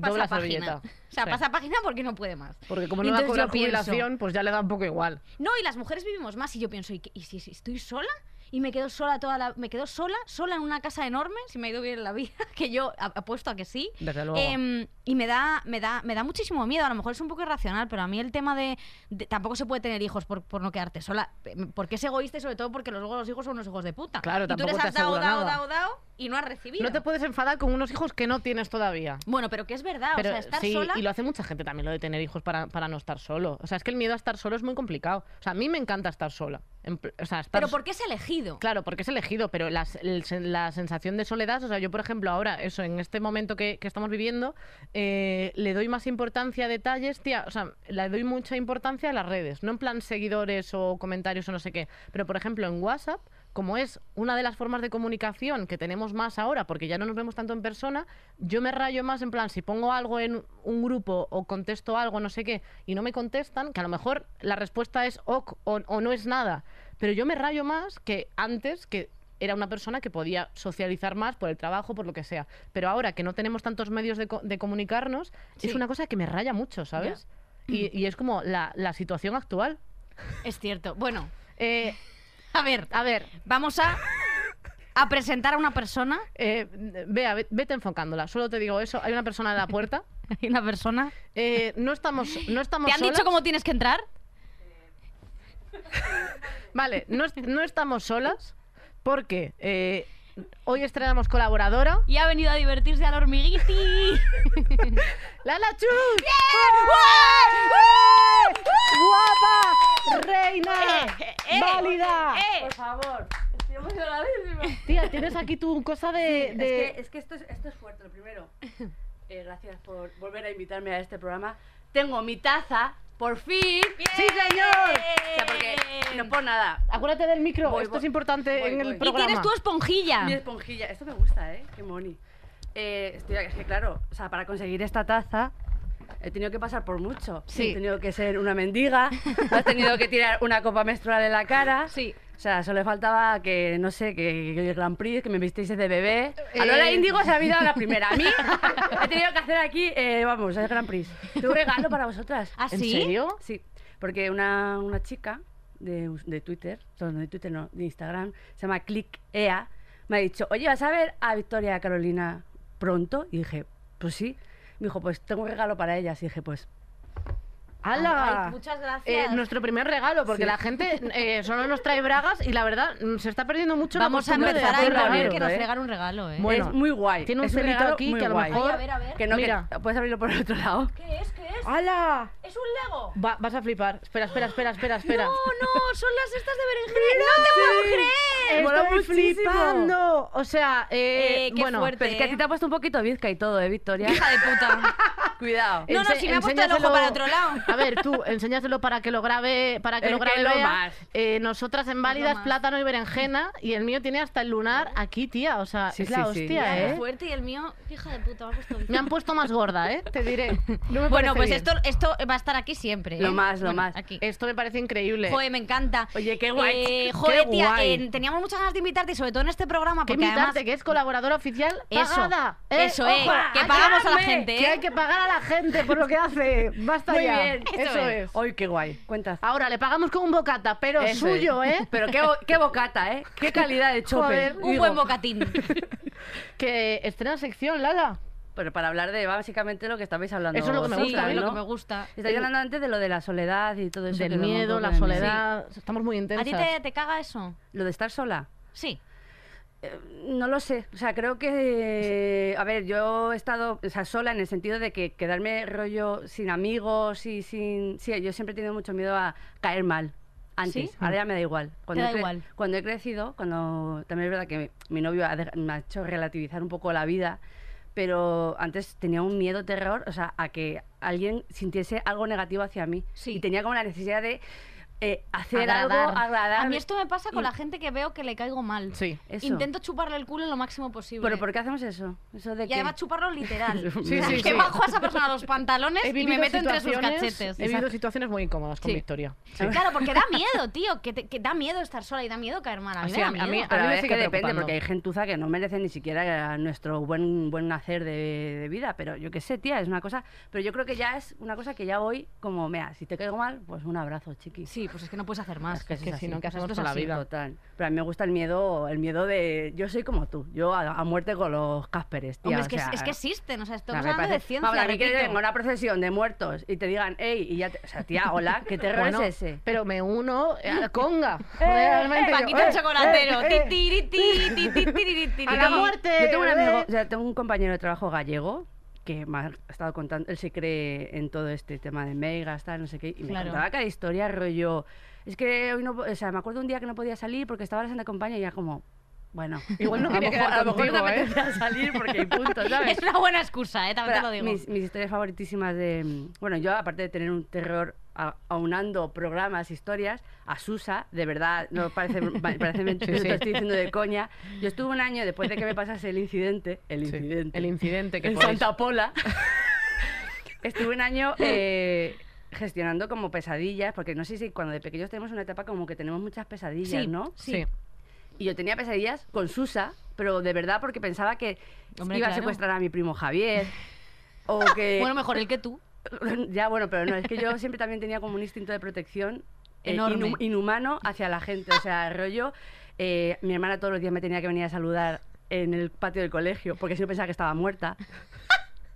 Speaker 3: pasa
Speaker 2: Dobla
Speaker 3: página.
Speaker 2: servilleta.
Speaker 3: [LAUGHS] O sea,
Speaker 2: Sí.
Speaker 3: pasa página porque no puede más.
Speaker 2: Porque como no va a
Speaker 3: Entonces
Speaker 2: cobrar
Speaker 3: yo pienso-
Speaker 2: jubilación, pues ya le da un poco igual.
Speaker 3: No, y las mujeres vivimos más y yo pienso, ¿y, qué- y si, si estoy sola? Y me quedo sola toda la... Me quedo sola, sola en una casa enorme, si me ha ido bien la vida, [LAUGHS] que yo a- apuesto a que sí.
Speaker 2: Desde luego.
Speaker 3: Em, y me da, me da, me da muchísimo miedo. A lo mejor es un poco irracional, pero a mí el tema de, de- tampoco se puede tener hijos por, por no quedarte sola. Em, Porque es egoísta y sobre todo porque luego los hijos son unos hijos de puta.
Speaker 2: Claro,
Speaker 3: y tú
Speaker 2: tampoco
Speaker 3: les
Speaker 2: te
Speaker 3: has dado,
Speaker 2: asegura
Speaker 3: dado,
Speaker 2: nada.
Speaker 3: dado, dado y no has recibido.
Speaker 2: No te puedes enfadar con unos hijos que no tienes todavía.
Speaker 3: Bueno, pero que es verdad,
Speaker 2: Pero
Speaker 3: Ah, o sea, estar
Speaker 2: sí,
Speaker 3: sola.
Speaker 2: y lo hace mucha gente también, lo de tener hijos para, para no estar solo. O sea, es que el miedo a estar solo es muy complicado. O sea, a mí me encanta estar sola. En pl- o sea, estar
Speaker 3: Pero porque es elegido.
Speaker 2: Claro, porque es elegido, pero las- el sen- la sensación de soledad, o sea, yo por ejemplo ahora, eso, en este momento que, que estamos viviendo, eh, le doy más importancia a detalles, tía, o sea, le doy mucha importancia a las redes, no en plan seguidores o comentarios o no sé qué, pero por ejemplo en WhatsApp, como es una de las formas de comunicación que tenemos más ahora, porque ya no nos vemos tanto en persona, yo me rayo más en plan, si pongo algo en un grupo o contesto algo, no sé qué, y no me contestan, que a lo mejor la respuesta es ok o, o no es nada. Pero yo me rayo más que antes, que era una persona que podía socializar más por el trabajo, por lo que sea. Pero ahora que no tenemos tantos medios de, co- de comunicarnos, es
Speaker 3: Sí.
Speaker 2: una cosa que me raya mucho,
Speaker 3: [CLEARS THROAT]
Speaker 2: ¿sabes? Y, y es como la, la situación actual.
Speaker 3: Es cierto. Bueno,
Speaker 2: Eh,
Speaker 3: a ver,
Speaker 2: a ver,
Speaker 3: vamos a, a presentar a una persona. [LAUGHS]
Speaker 2: eh, vea, ve- vete enfocándola. Solo te digo eso. Hay una persona en la puerta.
Speaker 3: Hay una persona.
Speaker 2: Eh, no estamos, no estamos
Speaker 3: ¿Te han
Speaker 2: solas.
Speaker 3: dicho cómo tienes que entrar?
Speaker 2: Vale, no, es- no estamos solas porque eh, hoy estrenamos colaboradora. [LAUGHS]
Speaker 3: Y ha venido a divertirse al hormiguiti.
Speaker 2: ¡Lala Chus!
Speaker 3: ¡Ué!
Speaker 2: ¡Guapa! ¡Reina!
Speaker 3: Eh, eh,
Speaker 2: ¡Válida!
Speaker 3: ¡Eh!
Speaker 6: Por favor, estoy emocionadísima.
Speaker 2: [LAUGHS] Tía, tienes aquí tu cosa de.
Speaker 6: Es
Speaker 2: de-
Speaker 6: que, es que esto, es, esto es fuerte,
Speaker 2: [COUGHS]
Speaker 6: lo primero. Eh, gracias por volver a invitarme a este programa. Tengo mi taza, por fin.
Speaker 2: ¡Sí, señor!
Speaker 3: Eh.
Speaker 6: O sea, porque no por nada.
Speaker 2: Acuérdate del micro,
Speaker 6: Voy,
Speaker 2: esto
Speaker 6: voy.
Speaker 2: es importante
Speaker 6: Voy,
Speaker 2: en el
Speaker 6: voy. Y
Speaker 3: Y
Speaker 2: programa.
Speaker 3: tienes tu esponjilla.
Speaker 6: Mi esponjilla, esto me gusta, ¿eh? Qué moni. Eh, estoy, es que claro, o sea, para conseguir esta taza he tenido que pasar por mucho.
Speaker 2: Sí.
Speaker 6: He tenido que ser una mendiga, [LAUGHS] me has tenido que tirar una copa menstrual en la cara.
Speaker 3: Sí.
Speaker 6: O sea, solo le faltaba que, no sé, que, que el Grand Prix, que me visteis de bebé.
Speaker 2: Eh.
Speaker 6: A Lola Índigo se ha habido la primera. A mí he tenido que hacer aquí, eh, vamos, el Grand Prix. Tengo un regalo para vosotras.
Speaker 3: ¿Ah,
Speaker 2: ¿En
Speaker 3: sí?
Speaker 2: serio?
Speaker 6: Sí, porque una, una chica de, us- de Twitter, no, no de Twitter no, de Instagram, se llama ClickEA, me ha dicho, oye, ¿vas a ver a Victoria Carolina pronto? Y dije, pues sí. Me dijo, pues tengo un regalo para ellas. Y dije, pues
Speaker 2: ¡Hala!
Speaker 3: Ay, muchas
Speaker 2: Eh,
Speaker 3: gracias.
Speaker 2: nuestro primer regalo, porque
Speaker 6: Sí.
Speaker 2: la gente eh, solo nos trae bragas y la verdad mm, se está perdiendo mucho. la
Speaker 3: Vamos a
Speaker 2: costumbre de
Speaker 3: empezar a
Speaker 2: hacer
Speaker 3: imponer
Speaker 2: regalo,
Speaker 3: que nos
Speaker 2: ¿eh?
Speaker 3: regalan un regalo, ¿eh?
Speaker 2: Bueno,
Speaker 6: es muy guay.
Speaker 2: tiene un
Speaker 6: es un
Speaker 2: celito
Speaker 6: regalo
Speaker 2: aquí
Speaker 6: muy
Speaker 2: que a lo
Speaker 6: guay.
Speaker 2: mejor-
Speaker 3: Ay, a ver, a ver.
Speaker 6: Que no, que-
Speaker 2: Mira.
Speaker 6: puedes abrirlo por el otro lado.
Speaker 3: ¿Qué es? ¿Qué es?
Speaker 2: ¡Hala!
Speaker 3: ¿Es un
Speaker 2: [LAUGHS]
Speaker 3: Lego?
Speaker 2: Va- vas a flipar. Espera, espera, espera, espera, espera.
Speaker 3: No, no, son las estas de berenjena. ¡No te puedo creer!
Speaker 6: Mola
Speaker 2: Estoy
Speaker 6: muchísimo.
Speaker 2: flipando. O sea, eh,
Speaker 3: Eh, qué
Speaker 2: bueno,
Speaker 3: fuerte.
Speaker 6: Pero es que a ti te ha puesto un poquito bizca y todo, ¿eh, Victoria?
Speaker 3: Hija de puta.
Speaker 6: [LAUGHS] Cuidado.
Speaker 3: No, no,
Speaker 2: ense-
Speaker 3: si me ha puesto el
Speaker 2: enséñaselo-
Speaker 3: ojo para
Speaker 2: [LAUGHS]
Speaker 3: otro lado.
Speaker 2: A ver, tú, enséñaselo para que lo grabe, para que
Speaker 6: Es
Speaker 2: lo grabe
Speaker 6: que lo
Speaker 2: Bea.
Speaker 6: más.
Speaker 2: Eh, nosotras en válidas,
Speaker 3: más.
Speaker 2: plátano y berenjena, y el mío tiene hasta el lunar aquí, tía. O sea,
Speaker 6: Sí,
Speaker 2: es la
Speaker 6: sí, sí.
Speaker 2: hostia,
Speaker 6: Mira,
Speaker 2: ¿eh?
Speaker 3: Qué fuerte y el mío, hija de puta, me ha puesto
Speaker 2: Me han puesto más gorda, ¿eh? Te diré. No me parece
Speaker 3: Bueno, pues
Speaker 2: bien.
Speaker 3: esto, esto va a estar aquí siempre. ¿eh?
Speaker 6: Lo más, lo
Speaker 3: Bueno,
Speaker 6: más.
Speaker 3: Aquí.
Speaker 2: Esto me parece increíble.
Speaker 3: Joder, me encanta.
Speaker 6: Oye, qué guay,
Speaker 3: Eh,
Speaker 6: qué
Speaker 3: joder, tía,
Speaker 6: guay.
Speaker 3: eh, teníamos muchas ganas de invitarte y sobre todo en este programa
Speaker 2: que
Speaker 3: porque
Speaker 2: invitarte,
Speaker 3: además...
Speaker 2: que es colaboradora oficial
Speaker 3: Eso,
Speaker 2: pagada. ¿eh?
Speaker 3: eso, eh,
Speaker 2: Ojo,
Speaker 3: que pagamos a la
Speaker 2: ayudadme,
Speaker 3: gente,
Speaker 2: Que
Speaker 3: ¿eh?
Speaker 2: hay que pagar a la gente por lo que hace. Basta
Speaker 6: Muy
Speaker 2: ya.
Speaker 6: bien,
Speaker 2: eso,
Speaker 3: eso
Speaker 2: es.
Speaker 6: Hoy qué guay. Ah, Cuenta.
Speaker 2: Ahora, le pagamos con un bocata, pero
Speaker 6: Eso es.
Speaker 2: suyo, [LAUGHS] ¿eh?
Speaker 6: Pero qué, bo- qué bocata, ¿eh? [LAUGHS] Qué calidad de chope.
Speaker 2: Joder.
Speaker 3: Un
Speaker 6: Digo,
Speaker 3: buen bocatín.
Speaker 2: Que estrena sección, Lala.
Speaker 6: Pero para hablar de básicamente lo que estabais hablando.
Speaker 2: Eso es lo que me
Speaker 6: vosotros,
Speaker 3: sí,
Speaker 2: gusta,
Speaker 3: a mí
Speaker 6: ¿no?
Speaker 3: lo que me gusta.
Speaker 6: Estáis hablando antes de lo de la soledad y todo eso. que
Speaker 2: Del
Speaker 6: lo hemos
Speaker 2: miedo, la
Speaker 6: hablado en el-
Speaker 2: soledad. Estamos muy
Speaker 3: ¿A
Speaker 2: intensas.
Speaker 3: ti te, te caga eso?
Speaker 6: Sí. Lo de estar sola.
Speaker 3: Sí.
Speaker 6: No lo sé. O sea, creo que. A ver, yo he estado o sea, sola en el sentido de que quedarme rollo sin amigos y sin. Sí, yo siempre he tenido mucho miedo a caer mal. Antes,
Speaker 3: ¿Sí?
Speaker 6: ahora ya me da igual.
Speaker 3: da
Speaker 6: he cre-
Speaker 3: igual.
Speaker 6: Cuando he crecido, cuando. También es verdad que mi, mi novio ha de- me ha hecho relativizar un poco la vida, pero antes tenía un miedo, terror, o sea, a que alguien sintiese algo negativo hacia mí.
Speaker 3: Sí.
Speaker 6: Y tenía como la necesidad de eh, hacer algo
Speaker 2: Agradar.
Speaker 6: agradable.
Speaker 3: A mí esto me pasa con
Speaker 6: Y-
Speaker 3: la gente que veo que le caigo mal.
Speaker 2: Sí.
Speaker 6: Eso.
Speaker 3: Intento chuparle el culo lo máximo posible.
Speaker 6: ¿Pero por qué hacemos eso? Eso de
Speaker 3: Y
Speaker 6: que...
Speaker 3: además chuparlo literal.
Speaker 2: [LAUGHS] Sí,
Speaker 3: O sea,
Speaker 2: sí,
Speaker 3: que
Speaker 2: sí.
Speaker 3: bajo a esa persona los pantalones
Speaker 2: He
Speaker 3: y me
Speaker 2: vivido
Speaker 3: meto entre sus
Speaker 2: situaciones-
Speaker 3: cachetes.
Speaker 2: He vivido situaciones muy incómodas con
Speaker 3: Sí.
Speaker 2: Victoria.
Speaker 3: Claro, porque da miedo, tío. Que, te- que da miedo estar sola y da miedo caer mal. A mí
Speaker 2: Ah,
Speaker 3: me
Speaker 2: sí,
Speaker 3: da
Speaker 2: a mí- a mí-
Speaker 3: miedo.
Speaker 6: Pero
Speaker 2: me
Speaker 6: es
Speaker 2: sigue
Speaker 6: que depende,
Speaker 2: preocupando.
Speaker 6: porque hay gentuza que no merece ni siquiera nuestro buen buen hacer de, de vida, pero yo qué sé, tía, es una cosa... Pero yo creo que ya es una cosa que ya hoy, como, mira, si te caigo mal, pues un abrazo, chiqui.
Speaker 3: Sí, pues es que no puedes hacer más.
Speaker 6: Es que, eso
Speaker 2: que
Speaker 6: es
Speaker 2: si
Speaker 6: así,
Speaker 2: no, ¿qué hacemos
Speaker 6: eso es
Speaker 2: con la
Speaker 6: así,
Speaker 2: vida?
Speaker 6: Total. Pero a mí me gusta el miedo, el miedo de... Yo soy como tú, yo a, a muerte con los Cásperes, tía.
Speaker 3: Hombre,
Speaker 6: o
Speaker 3: es que,
Speaker 6: sea,
Speaker 3: es que existen. O sea,
Speaker 6: o sea,
Speaker 3: estamos
Speaker 6: me
Speaker 3: hablando de
Speaker 6: parece-
Speaker 3: ciencia.
Speaker 6: Vamos, a mí que
Speaker 3: repito.
Speaker 6: venga una procesión de muertos y te digan, ey, y ya te- O sea, tía, hola, ¿qué terror
Speaker 2: Bueno,
Speaker 6: es ese?
Speaker 2: pero me uno a la conga.
Speaker 3: [LAUGHS] Eh,
Speaker 2: Realmente yo,
Speaker 3: Paquito
Speaker 2: eh,
Speaker 3: [LAUGHS] el chocolatero.
Speaker 2: eh, eh.
Speaker 3: Ti, ti, ri, ti, ti, ti, ti,
Speaker 2: [LAUGHS]
Speaker 3: ri, ri, ti,
Speaker 2: A
Speaker 3: ri,
Speaker 2: la
Speaker 3: ti.
Speaker 2: muerte.
Speaker 6: Yo tengo un
Speaker 2: bebé.
Speaker 6: amigo, o sea, tengo un compañero de trabajo gallego que me ha estado contando, él se cree en todo este tema de megas, tal, no sé qué, y me
Speaker 3: Claro.
Speaker 6: contaba cada historia, rollo, es que hoy no, po- o sea, me acuerdo un día que no podía salir porque estaba la Santa Compañía y ya como, bueno,
Speaker 2: [LAUGHS] Igual no
Speaker 6: a lo
Speaker 2: quería
Speaker 6: mejor-
Speaker 2: quedar
Speaker 6: a lo mejor
Speaker 2: contigo,
Speaker 6: te
Speaker 2: ¿eh?
Speaker 6: apetecía salir porque hay
Speaker 2: [LAUGHS]
Speaker 6: punto, ¿sabes?
Speaker 3: [LAUGHS] Es una buena excusa, eh, también te
Speaker 6: Pero
Speaker 3: lo digo.
Speaker 6: Mis, mis historias favoritísimas de... mm, Bueno, yo aparte de tener un terror a- aunando programas, historias, a Susa, de verdad, no parece, pa- parece mentira,
Speaker 2: Sí, sí.
Speaker 6: lo estoy diciendo de coña. Yo estuve un año después de que me pasase el incidente, el
Speaker 2: Sí,
Speaker 6: incidente,
Speaker 2: El incidente que
Speaker 6: en
Speaker 2: podéis-
Speaker 6: Santa Pola, estuve un año eh, gestionando como pesadillas, porque no sé si cuando de pequeños tenemos una etapa como que tenemos muchas pesadillas,
Speaker 3: Sí,
Speaker 6: ¿no?
Speaker 3: sí.
Speaker 2: Sí.
Speaker 6: Y yo tenía pesadillas con Susa, pero de verdad porque pensaba que
Speaker 3: Hombre,
Speaker 6: iba a
Speaker 3: claro.
Speaker 6: secuestrar a mi primo Javier.
Speaker 3: [LAUGHS]
Speaker 6: O que.
Speaker 3: Bueno, mejor el que tú.
Speaker 6: [LAUGHS] ya, bueno, pero no, es que yo siempre también tenía como un instinto de protección eh,
Speaker 3: Enorme.
Speaker 6: inhu- inhumano hacia la gente.
Speaker 3: [LAUGHS]
Speaker 6: O sea, rollo. eh, mi
Speaker 3: [LAUGHS]
Speaker 6: hermana todos los días me tenía que venir a saludar en el patio del colegio porque si no pensaba que estaba muerta.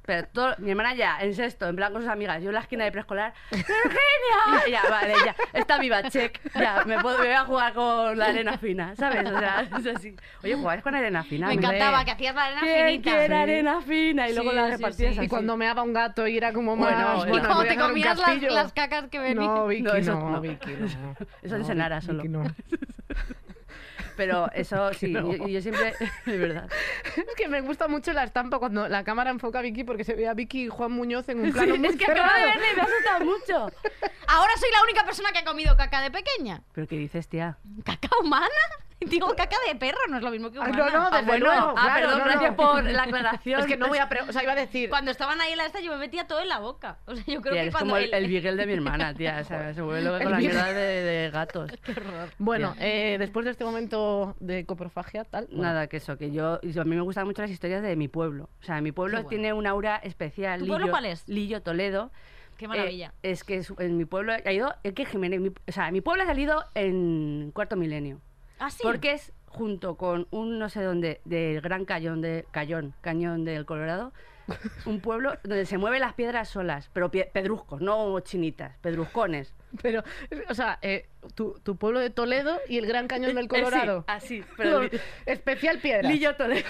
Speaker 6: Pero todo, mi hermana ya, en sexto, en plan con sus amigas, yo en la esquina
Speaker 3: [LAUGHS]
Speaker 6: de preescolar, ¡Virginia! Y Ya, vale, ya, está viva, check. Ya, me, puedo, me voy a jugar con la arena fina, ¿sabes? O sea, es así. Oye, jugáis con arena fina.
Speaker 3: Me
Speaker 6: hombre.
Speaker 3: encantaba que hacías la arena
Speaker 6: ¿Quién
Speaker 3: finita.
Speaker 6: quiere arena fina? Y luego
Speaker 3: Sí,
Speaker 6: la
Speaker 3: sí,
Speaker 6: repartías
Speaker 3: sí.
Speaker 6: así.
Speaker 2: Y cuando meaba un gato y era como más...
Speaker 6: Bueno,
Speaker 2: bueno,
Speaker 3: Y como
Speaker 2: voy a
Speaker 3: te
Speaker 2: hacer un
Speaker 3: comías las,
Speaker 2: castillo.
Speaker 3: las cacas que venían.
Speaker 2: No, Vicky,
Speaker 6: No,
Speaker 2: no,
Speaker 6: eso no.
Speaker 2: Vicky,
Speaker 3: [LAUGHS]
Speaker 2: no.
Speaker 6: Eso es
Speaker 2: No,
Speaker 6: en Ara
Speaker 2: Vicky,
Speaker 6: solo.
Speaker 2: no.
Speaker 6: [LAUGHS] Pero eso sí,
Speaker 2: no.
Speaker 6: yo, yo [LAUGHS] siempre. Es verdad.
Speaker 2: Es que me gusta mucho la estampa cuando la cámara enfoca a Vicky porque se ve a Vicky y Juan Muñoz en un plano muy
Speaker 6: es que acabo de
Speaker 2: cerrado.
Speaker 6: verle y me ha asustado mucho.
Speaker 3: Ahora soy la única persona que ha comido caca de pequeña.
Speaker 6: ¿Pero qué dices, tía?
Speaker 3: ¿Caca humana? [LAUGHS] Digo, caca de perro, no es lo mismo que
Speaker 2: Ah, no,
Speaker 3: humana.
Speaker 2: no,
Speaker 6: Ah,
Speaker 2: desde
Speaker 6: bueno,
Speaker 2: luego.
Speaker 6: ah,
Speaker 2: claro, no,
Speaker 6: perdón,
Speaker 2: no.
Speaker 6: gracias por la aclaración.
Speaker 2: Es que no voy a... pre- O sea, iba a decir...
Speaker 3: Cuando estaban ahí en la esta, yo me metía todo en la boca. [LAUGHS] O sea, yo creo
Speaker 6: Tía,
Speaker 3: que
Speaker 6: es
Speaker 3: cuando.
Speaker 6: como el, el Bigel de mi hermana, tía. O sea, se vuelve loca
Speaker 2: El
Speaker 6: con la
Speaker 2: Bigel.
Speaker 6: mierda de, de gatos.
Speaker 2: Bueno, eh, después de este momento de coprofagia, tal... bueno,
Speaker 6: Nada, que eso, que yo, yo- A mí me gustan mucho las historias de mi pueblo. O sea, mi pueblo
Speaker 3: Qué guay.
Speaker 6: tiene un aura especial.
Speaker 3: ¿Tu pueblo
Speaker 6: Lillo-
Speaker 3: cuál es?
Speaker 6: Lillo, Toledo.
Speaker 3: Qué
Speaker 6: Eh,
Speaker 3: maravilla.
Speaker 6: es que es- en mi pueblo ha ido. Es que Jiménez. mi- o sea, mi pueblo ha salido en cuarto milenio.
Speaker 3: ah, sí.
Speaker 6: Porque es junto con un no sé dónde del Gran Cañón de Cayón, Cañón del
Speaker 2: [LAUGHS]
Speaker 6: Colorado, un pueblo donde se mueven las piedras solas, pero pie- pedruscos, no chinitas, pedruscones.
Speaker 2: Pero, o sea, eh, tu, tu pueblo de Toledo y el Gran Cañón del Colorado.
Speaker 6: Eh, Sí,
Speaker 2: [LAUGHS]
Speaker 6: así, pero
Speaker 2: Los- Especial piedra.
Speaker 6: Lillo [LAUGHS] Toledo.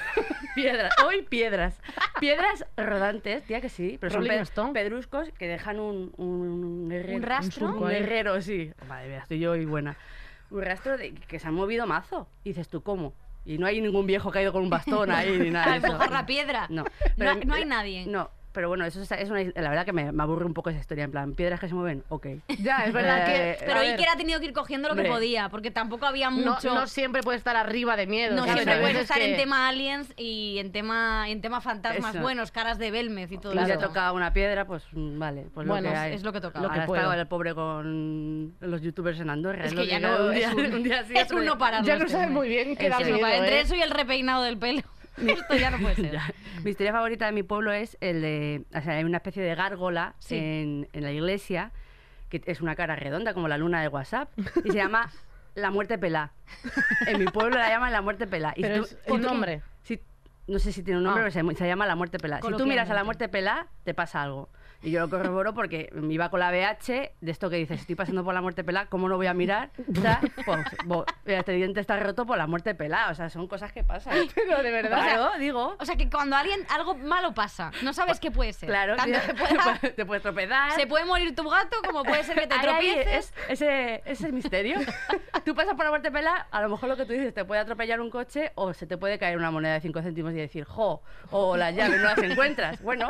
Speaker 6: piedras, hoy piedras. Piedras rodantes, tía que sí, pero son
Speaker 2: Rolling
Speaker 6: pe-
Speaker 2: Stone.
Speaker 6: pedruscos que dejan un, un herrero.
Speaker 3: ¿Un rastro?
Speaker 6: surco
Speaker 2: Un
Speaker 6: ahí. herrero, sí. Madre mía, estoy yo hoy buena. Un rastro de que se han movido mazo. Y dices tú, ¿cómo? Y no hay ningún viejo caído con un bastón ahí ni
Speaker 3: [LAUGHS] A
Speaker 6: nada. de
Speaker 2: [LAUGHS]
Speaker 6: eso.
Speaker 3: empujar la Ah, piedra.
Speaker 6: No,
Speaker 3: No- no hay nadie.
Speaker 6: No, pero bueno, eso es, es una, la verdad que me, me aburre un poco esa historia. En plan, piedras que se mueven, ok.
Speaker 2: Ya, es verdad
Speaker 6: Eh,
Speaker 2: que.
Speaker 3: Pero
Speaker 2: a
Speaker 3: Iker
Speaker 2: ver,
Speaker 3: ha tenido que ir cogiendo lo que
Speaker 6: hombre.
Speaker 3: podía, porque tampoco había
Speaker 2: no,
Speaker 3: mucho.
Speaker 2: no siempre puede estar arriba de miedo.
Speaker 3: No
Speaker 2: ¿sabes?
Speaker 3: siempre
Speaker 2: Hay
Speaker 3: puedes
Speaker 2: veces
Speaker 3: estar en
Speaker 2: que-
Speaker 3: tema aliens y en tema, en tema fantasmas
Speaker 6: Eso.
Speaker 3: buenos, caras de Belmez y todo
Speaker 6: Y
Speaker 2: Claro.
Speaker 6: ya
Speaker 3: eso.
Speaker 6: tocaba una piedra, pues mm, vale, pues
Speaker 2: Bueno,
Speaker 6: lo que hay.
Speaker 3: es lo que tocaba.
Speaker 2: Lo que
Speaker 6: Ahora
Speaker 2: puedo.
Speaker 6: estaba el pobre con los youtubers en Andorra.
Speaker 3: Es
Speaker 6: lo
Speaker 3: que ya
Speaker 6: cada
Speaker 3: no.
Speaker 6: un
Speaker 3: Es
Speaker 6: día-
Speaker 3: un,
Speaker 6: un día sí,
Speaker 3: [LAUGHS] es
Speaker 6: otro
Speaker 3: un
Speaker 6: día.
Speaker 3: no parar.
Speaker 2: Ya
Speaker 3: no
Speaker 2: no sabes
Speaker 3: este
Speaker 2: muy
Speaker 3: hombre.
Speaker 2: bien qué
Speaker 6: Eso
Speaker 2: da
Speaker 3: Es un no
Speaker 2: miedo,
Speaker 3: parar. Entre
Speaker 2: ¿eh?
Speaker 3: eso y el repeinado del pelo. Esto ya no puede ser.
Speaker 6: [LAUGHS] Ya. Mi historia favorita de mi pueblo es el de. O sea, hay una especie de gárgola
Speaker 3: Sí.
Speaker 6: en, en la iglesia, que es una cara redonda, como la luna de WhatsApp, y
Speaker 3: [LAUGHS]
Speaker 6: se llama La Muerte Pelá. En mi pueblo la llaman La Muerte Pelá. Y
Speaker 2: Pero
Speaker 6: tú-
Speaker 2: es
Speaker 6: y
Speaker 2: un
Speaker 6: tú-
Speaker 2: nombre.
Speaker 6: si- no sé si tiene un nombre,
Speaker 2: Ah.
Speaker 6: pero se, mu- se llama La Muerte Pelá. Si tú miras a La
Speaker 3: Coloquialmente.
Speaker 6: Muerte Pelá, te pasa algo. Y yo lo corroboro porque me iba con la BH de esto que dices, estoy pasando por la muerte pelá, ¿cómo no voy a mirar? O sea, pues, bo- este diente está roto por la muerte pelá. O sea, son cosas que pasan.
Speaker 3: [LAUGHS]
Speaker 2: Pero de verdad.
Speaker 6: Claro, digo.
Speaker 3: O sea que cuando alguien algo malo pasa, no sabes qué puede ser.
Speaker 6: Claro,
Speaker 3: Tanto
Speaker 6: sí.
Speaker 3: que
Speaker 6: [LAUGHS]
Speaker 3: pueda-
Speaker 6: te puedes tropezar.
Speaker 3: [LAUGHS] se puede morir tu gato, como puede ser que te
Speaker 6: Ahí, ahí,
Speaker 3: tropieces.
Speaker 6: es- ese, ese misterio. [LAUGHS] tú pasas por la muerte pelá, a lo mejor lo que tú dices, te puede atropellar un coche o se te puede caer una moneda de 5 céntimos y decir, jo, o las llaves no las encuentras. Bueno,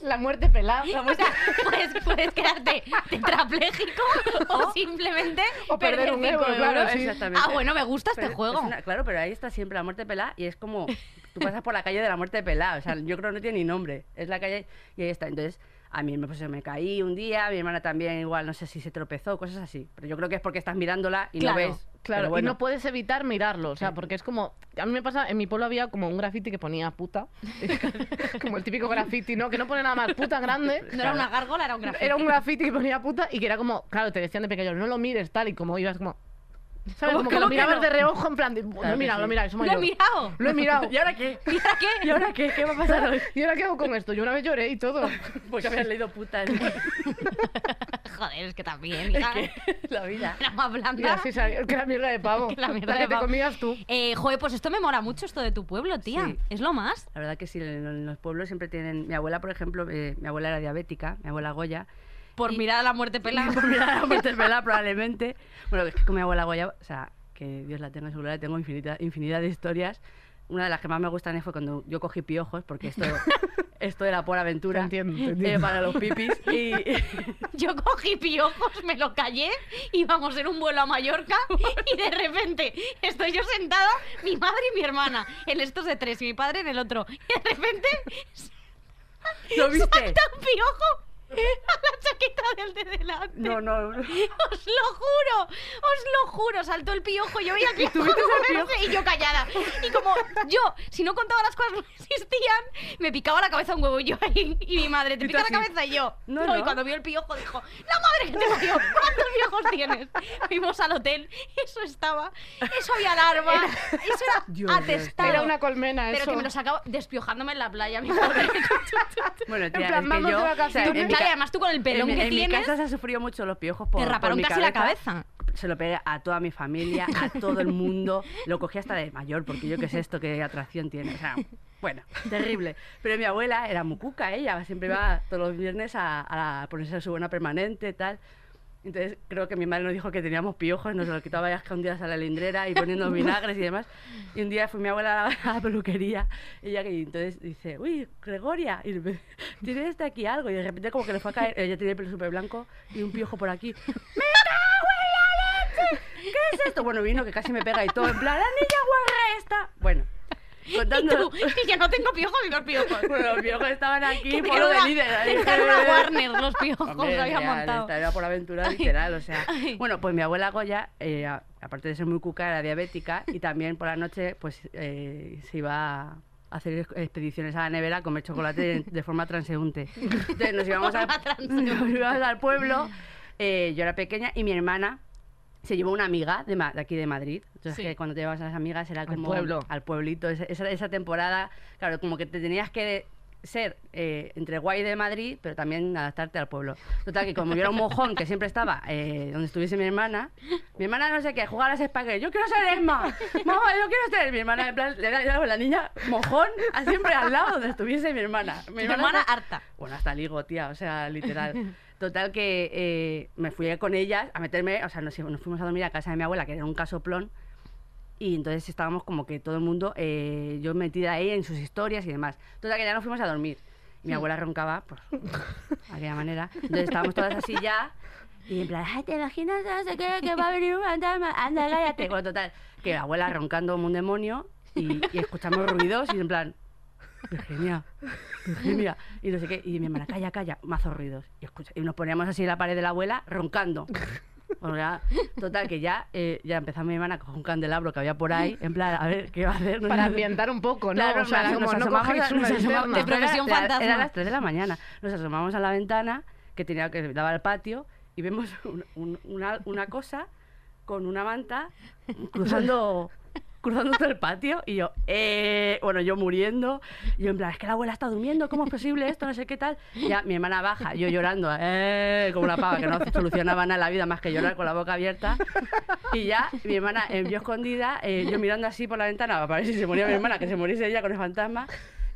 Speaker 2: La muerte pelada. la
Speaker 3: [LAUGHS] O
Speaker 2: muerte-
Speaker 3: sea, puedes, puedes quedarte tetrapléjico o simplemente
Speaker 2: o perder un
Speaker 3: cinco
Speaker 2: euro, claro,
Speaker 3: euros.
Speaker 2: sí.
Speaker 6: Exactamente.
Speaker 3: Ah, bueno, me gusta este
Speaker 6: Pero
Speaker 3: juego.
Speaker 6: es una- claro, pero ahí está siempre la muerte pelá y es como tú pasas por la calle de la muerte pelá. O sea, yo creo que no tiene ni nombre. Es la calle y ahí está. Entonces, a mí pues, me caí un día, mi hermana también igual, no sé si se tropezó, cosas así. Pero yo creo que es porque estás mirándola y
Speaker 3: Claro,
Speaker 6: no ves.
Speaker 2: [LAUGHS] Claro,
Speaker 6: Pero bueno,
Speaker 2: y no puedes evitar mirarlo, o sea,
Speaker 6: Sí.
Speaker 2: porque es como. A mí me pasa, en mi pueblo había como un graffiti que ponía puta. [LAUGHS] como el típico graffiti, ¿no? Que no pone nada más, puta [LAUGHS] grande.
Speaker 3: No era una gárgola, era un grafito.
Speaker 2: Era un graffiti que ponía puta y que era como, claro, te decían de pequeño, no lo mires tal y como ibas como. ¿Sabes? Como que
Speaker 3: cómo
Speaker 2: lo
Speaker 3: que
Speaker 2: mirabas
Speaker 3: no?
Speaker 2: de reojo en plan de. "Buah,
Speaker 6: Claro
Speaker 2: lo he
Speaker 6: que
Speaker 2: mirado,
Speaker 6: sí.
Speaker 2: lo he mirado, eso me
Speaker 3: [LAUGHS] Lo he
Speaker 2: ayudó". [LAUGHS]
Speaker 3: mirado.
Speaker 2: Lo he
Speaker 3: [LAUGHS]
Speaker 2: mirado.
Speaker 6: [LAUGHS] ¿Y ahora qué?
Speaker 3: ¿Y ahora qué?
Speaker 6: [LAUGHS] ¿Y ahora qué? ¿Qué va a pasar [LAUGHS] hoy?
Speaker 2: ¿Y ahora qué hago con esto? Yo una vez lloré y
Speaker 3: [LAUGHS]
Speaker 2: todo.
Speaker 6: Porque habías leído [LAUGHS] puta en
Speaker 3: Joder, es que también, hija.
Speaker 6: la vida.
Speaker 3: [LAUGHS] Era más blanda.
Speaker 2: Y así salió, que la mierda de pavo.
Speaker 3: Que la
Speaker 2: La
Speaker 3: mierda de
Speaker 2: que te
Speaker 3: pavo.
Speaker 2: comías tú.
Speaker 3: Eh, joder, pues esto me mola mucho, esto de tu pueblo, tía.
Speaker 6: Sí.
Speaker 3: Es lo más.
Speaker 6: La verdad que sí, en en los pueblos siempre tienen... Mi abuela, por ejemplo, eh, mi abuela era diabética, mi abuela Goya,
Speaker 3: Por mirar a la muerte
Speaker 6: [LAUGHS]
Speaker 3: pelada.
Speaker 6: Por mirar a la muerte pelada, probablemente. Bueno, es que con mi abuela Goya, o sea, que Dios la tenga en su gloria, tengo infinita, infinidad de historias. Una de las que más me gustan fue cuando yo cogí piojos,
Speaker 3: [LAUGHS]
Speaker 6: porque esto, esto era por aventura.
Speaker 2: Te entiendo, te
Speaker 6: eh,
Speaker 2: entiendo.
Speaker 6: para los pipis.
Speaker 3: [LAUGHS]
Speaker 6: Y,
Speaker 3: [LAUGHS]
Speaker 6: [LAUGHS]
Speaker 3: Yo cogí piojos, me lo callé, íbamos en un vuelo a
Speaker 6: [LAUGHS]
Speaker 3: Mallorca y de repente estoy yo sentada, mi madre y mi hermana, en estos de tres y mi padre en el otro. Y de repente
Speaker 6: ¿Lo viste?
Speaker 3: salta un piojo [LAUGHS] a la quitado el de delante.
Speaker 6: No, no, no.
Speaker 3: Os lo juro, os lo juro, saltó el piojo, yo veía que
Speaker 6: tú viste al piojo?
Speaker 3: moverse y yo callada. Y como yo, si no contaba las cosas que no existían, me picaba la cabeza un huevo y yo ahí. Y mi madre, te
Speaker 6: Y tú
Speaker 3: pica la
Speaker 6: así,
Speaker 3: cabeza y yo.
Speaker 6: "No,
Speaker 3: Y
Speaker 6: no".
Speaker 3: cuando vio el piojo dijo, la madre que te parió, ¿cuántos piojos tienes? Fuimos al hotel, eso estaba, eso había alarma, eso era
Speaker 6: Dios mío,
Speaker 3: atestado.
Speaker 2: Era una colmena,
Speaker 3: pero
Speaker 2: eso.
Speaker 3: que me lo sacaba despiojándome en la playa, mi madre.
Speaker 6: [LAUGHS] Bueno,
Speaker 2: plan,
Speaker 6: tía, es que
Speaker 2: vamos de
Speaker 6: yo,
Speaker 2: vacaciones.
Speaker 6: en mi
Speaker 3: Claro,
Speaker 6: ca-
Speaker 3: y además tú con el pelón
Speaker 6: en mi-
Speaker 3: que
Speaker 6: en mi
Speaker 3: tienes,
Speaker 6: casa se ha sufrido mucho los piojos por,
Speaker 3: te
Speaker 6: por
Speaker 3: raparon
Speaker 6: mi
Speaker 3: casi la cabeza.
Speaker 6: Se lo pegué a toda mi familia, a todo el mundo. Lo cogí hasta de mayor, porque yo qué sé esto, qué atracción tiene. O sea, bueno, terrible. Pero mi abuela era mucuca, ella siempre iba todos los viernes a, a ponerse su buena permanente y tal. Entonces creo que mi madre nos dijo que teníamos piojos, nos los quitaba ya escondidas a la lindrera y poniendo vinagres y demás. Y un día fue mi abuela a la, a la peluquería y, ella, que- y entonces dice, uy, Gregoria, y me- tiene este aquí algo. Y de repente como que le fue a caer, ella tenía el pelo súper blanco y un piojo por aquí. ¿qué es esto? Bueno, vino que casi me pega y todo, en plan, la niña guarra esta. Bueno,
Speaker 3: [LAUGHS] Y
Speaker 6: contando...
Speaker 3: tú, y yo no tengo piojos ni los piojos.
Speaker 6: Bueno, los piojos estaban aquí
Speaker 3: Que
Speaker 6: por
Speaker 3: era
Speaker 6: lo de
Speaker 3: una-
Speaker 6: líder. ahí.
Speaker 3: Era
Speaker 6: [LAUGHS]
Speaker 3: una Warner, los piojos
Speaker 6: Hombre,
Speaker 3: que había
Speaker 6: real,
Speaker 3: montado.
Speaker 6: esta era por aventura literal, o sea.
Speaker 3: ay.
Speaker 6: Bueno, pues mi abuela Goya, eh, a- aparte de ser muy cuca, era diabética y también por la noche pues eh, se iba a hacer ex- expediciones a la nevera a comer chocolate de, de forma transeúnte. Entonces nos íbamos, al,
Speaker 3: Forma transeúnte.
Speaker 6: nos íbamos al pueblo, eh, yo era pequeña y mi hermana se llevó una amiga de, ma- de aquí de Madrid. Entonces
Speaker 3: Sí.
Speaker 6: que cuando te llevas a las amigas era como
Speaker 2: pueblo.
Speaker 6: al pueblito. Esa, esa- esa temporada, claro, como que te tenías que ser eh, entre guay de Madrid, pero también adaptarte al pueblo. Total, que como yo era un mojón que siempre estaba eh, donde estuviese mi hermana, mi hermana no sé qué, jugar a las espaguetis, yo quiero ser Emma, mamá, yo quiero ser mi hermana, en plan, le da- le daba la niña mojón a siempre al lado donde estuviese mi hermana. Mi
Speaker 3: Mi hermana
Speaker 6: está-
Speaker 3: harta.
Speaker 6: bueno, hasta ligo, tía, o sea, literal. Total que eh, me fui con ellas a meterme, o sea, nos, nos fuimos a dormir a casa de mi abuela, que era un casoplón, y entonces estábamos como que todo el mundo, eh, yo metida ahí en sus historias y demás. Total que ya nos fuimos a dormir. Mi abuela roncaba,
Speaker 2: [LAUGHS]
Speaker 6: pues, de aquella manera. Entonces estábamos todas así ya. Y en plan, "Ay, ¿te imaginas no sé qué, que va a venir un fantasma? Anda, cállate. Bueno, total, que la abuela roncando como un demonio y, y escuchamos ruidos y en plan, Virginia, Virginia. Y no sé qué. Y mi hermana, calla, calla, mazos ruidos. Y, escucha, y nos poníamos así en la pared de la abuela, roncando. Bueno, ya, total, que ya, eh, ya empezó mi hermana con un candelabro que había por ahí, en plan, a ver, ¿qué va a hacer? No
Speaker 2: Para
Speaker 6: sé.
Speaker 2: ambientar un poco, ¿no?
Speaker 6: Claro,
Speaker 2: o sea,
Speaker 6: nos-
Speaker 2: como
Speaker 6: nos
Speaker 2: no
Speaker 6: asomamos
Speaker 2: cogéis
Speaker 6: a-
Speaker 2: una
Speaker 6: nos asomamos-
Speaker 2: linterna.
Speaker 3: De profesión
Speaker 6: era-
Speaker 3: fantasma.
Speaker 6: Era a las 3
Speaker 2: [LAUGHS]
Speaker 6: de la mañana. Nos asomamos a la ventana que tenía que daba al patio y vemos [LAUGHS] un- un- una, una cosa con una manta cruzando cruzando todo el patio y yo, eh, bueno, yo muriendo, yo en plan, es que la abuela está durmiendo, ¿cómo es posible esto? No sé qué tal. Ya mi hermana baja, yo llorando, eh, como una pava que no solucionaba nada en la vida más que llorar con la boca abierta. Y ya mi hermana eh, yo escondida, eh, yo mirando así por la ventana para ver si se moría mi hermana, que se muriese ella con el fantasma.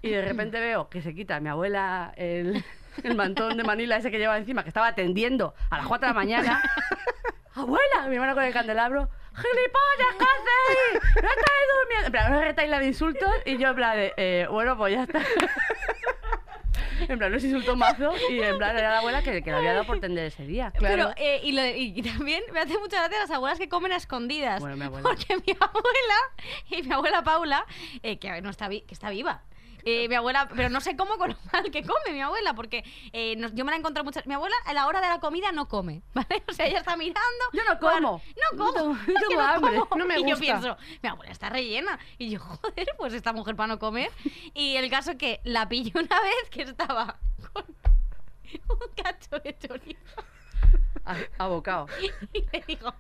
Speaker 6: Y de repente veo que se quita mi abuela el, el mantón de Manila ese que lleva encima, que estaba atendiendo a las 4 de la mañana. ¡Abuela! Mi hermana con el candelabro. ¡Gilipollas, qué hacéis! ¡No estáis durmiendo! En plan, una retaila de insultos y yo en plan de, eh, bueno, pues ya está. en plan, los insultó mazo y en plan era la abuela que, que le había dado por tender ese día.
Speaker 3: Pero, eh, y, lo- y- [LAUGHS] y también me hace mucha gracia las abuelas que comen a escondidas. [LAUGHS]
Speaker 6: Bueno, mi abuela.
Speaker 3: Porque mi abuela y mi abuela Paula, eh, que, no está vi- que está viva. eh, mi abuela, pero no sé cómo con lo mal que come mi abuela, porque eh, nos- yo me la he encontrado muchas. Mi abuela a la hora de la comida no come, [LAUGHS] ¿vale? O sea, ella está mirando.
Speaker 6: Yo no como.
Speaker 3: No como.
Speaker 6: No tengo-
Speaker 3: es que
Speaker 6: tengo hambre.
Speaker 3: como.
Speaker 2: No me
Speaker 3: y yo
Speaker 2: gusta.
Speaker 3: pienso, mi abuela está rellena. Y yo, joder, pues esta mujer para no comer. Y el caso que la pillé [LAUGHS] una vez que estaba con un cacho de chorizo.
Speaker 6: A, a bocado.
Speaker 3: Y le digo,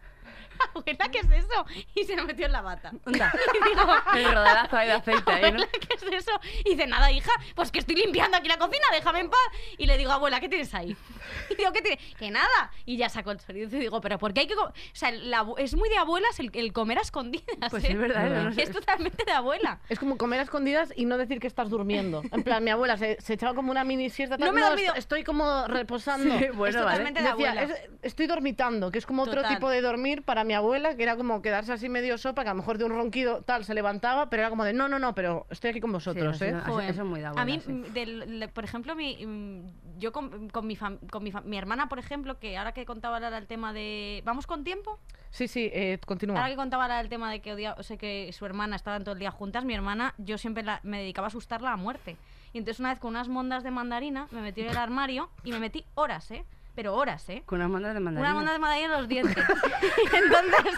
Speaker 3: abuela, ¿qué es eso? Y se lo metió en la bata.
Speaker 6: Anda.
Speaker 3: Y digo,
Speaker 6: El rodazo ahí de aceite ahí, ¿no?
Speaker 3: abuela, [LAUGHS] ¿qué es eso? Y dice, nada, hija, pues que estoy limpiando aquí la cocina, déjame en paz. Y le digo, abuela, ¿qué tienes ahí? [LAUGHS] Y digo, ¿qué tienes? Que nada. Y ya sacó el chorizo y digo, pero ¿por qué hay que comer? O sea, la abu- es muy de abuelas el, el comer a escondidas.
Speaker 6: Pues
Speaker 3: ¿eh?
Speaker 6: es verdad,
Speaker 2: Verdad.
Speaker 6: yo no sé.
Speaker 3: Es totalmente de abuela.
Speaker 2: Es como comer a escondidas y no decir que estás durmiendo. En plan, mi abuela se, se echaba como una mini siesta. tal,
Speaker 3: No me he dormido".
Speaker 2: est- Estoy como reposando.
Speaker 6: Sí, bueno,
Speaker 3: es
Speaker 6: vale.
Speaker 3: totalmente de
Speaker 2: Decía,
Speaker 3: abuela.
Speaker 2: "Es- estoy dormitando, que es como otro
Speaker 3: Total.
Speaker 2: tipo de dormir para mi abuela, que era como quedarse así medio sopa, que a lo mejor de un ronquido tal se levantaba, pero era como de no, no, no, pero estoy aquí con vosotros,
Speaker 6: Sí,
Speaker 2: ¿eh?
Speaker 6: no, sí, no.
Speaker 3: Joder.
Speaker 6: Ah, eso es muy de
Speaker 3: A mí,
Speaker 6: abuela, sí.
Speaker 3: mm, del- le- por ejemplo, mi, mm, yo con, con mi, fam- con mi, fam- mi hermana, por ejemplo, que ahora que contaba ahora el tema de... ¿Vamos con tiempo?
Speaker 2: Sí, sí, eh,
Speaker 3: Ahora
Speaker 6: Ah.
Speaker 2: continúa.
Speaker 3: que contaba ahora el tema de que odia, o sea, que su hermana estaban todo el día juntas, mi hermana, yo siempre la- me dedicaba a asustarla a muerte. Y entonces una vez con unas mondas de mandarina me metí en el armario y me metí horas, ¿eh? pero horas, ¿eh?
Speaker 6: Con unas mandas de mandarina.
Speaker 3: Una monda de mandarina en los
Speaker 6: [LAUGHS]
Speaker 3: dientes. [LAUGHS] entonces,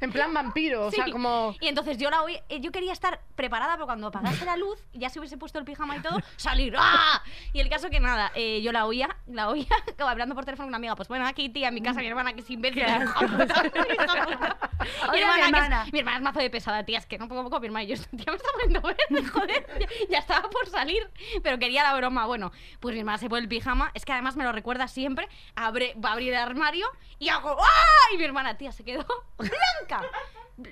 Speaker 2: En plan vampiro, o sea,
Speaker 3: sí.
Speaker 2: como...
Speaker 3: Y entonces yo la oí- eh, yo quería estar preparada, pero cuando apagase la luz, ya se hubiese puesto el pijama y
Speaker 6: [LAUGHS]
Speaker 3: todo, salir. ¡Ah! Y el caso que nada, eh, yo la oía, la oía, [LAUGHS] como hablando por teléfono con una amiga, pues bueno, aquí tía, en mi casa, mi hermana que es imbécil. hija [LAUGHS] puta,
Speaker 6: [LAUGHS]
Speaker 3: hija puta.
Speaker 6: Oye,
Speaker 3: mi,
Speaker 6: mi
Speaker 3: hermana, que es-
Speaker 6: hermana.
Speaker 3: mi hermana es mazo de pesada, tía, es que no puedo poco mi hermana. Y yo, [LAUGHS] esta tía me está poniendo verde, [LAUGHS] joder, ya, ya estaba por salir, pero quería la broma. Bueno, pues mi hermana se pone el pijama, es que además me lo recuerda siempre, abre, va a abrir el armario y hago ¡Ah! Y mi hermana, tía, se quedó blanca.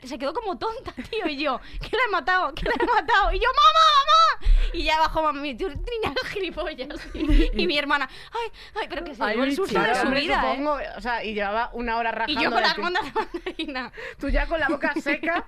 Speaker 3: Se quedó como tonta, tío, y yo, que la he matado, que la he matado. Y yo, mamá, mamá. Y ya bajó mami, tú niña [LAUGHS] gilipollas. Y, y mi hermana, ay, ay, pero que se
Speaker 6: Ay,
Speaker 3: llevó el
Speaker 6: Luchi,
Speaker 3: susto
Speaker 6: Toda
Speaker 2: Claro,
Speaker 3: de su
Speaker 2: hombre,
Speaker 3: vida, ¿eh?
Speaker 2: supongo, o sea, y llevaba una hora
Speaker 3: Y
Speaker 2: rajando.
Speaker 3: yo con
Speaker 2: de
Speaker 3: las
Speaker 2: ti.
Speaker 3: mondas de mandarina.
Speaker 2: Tú ya con la boca seca,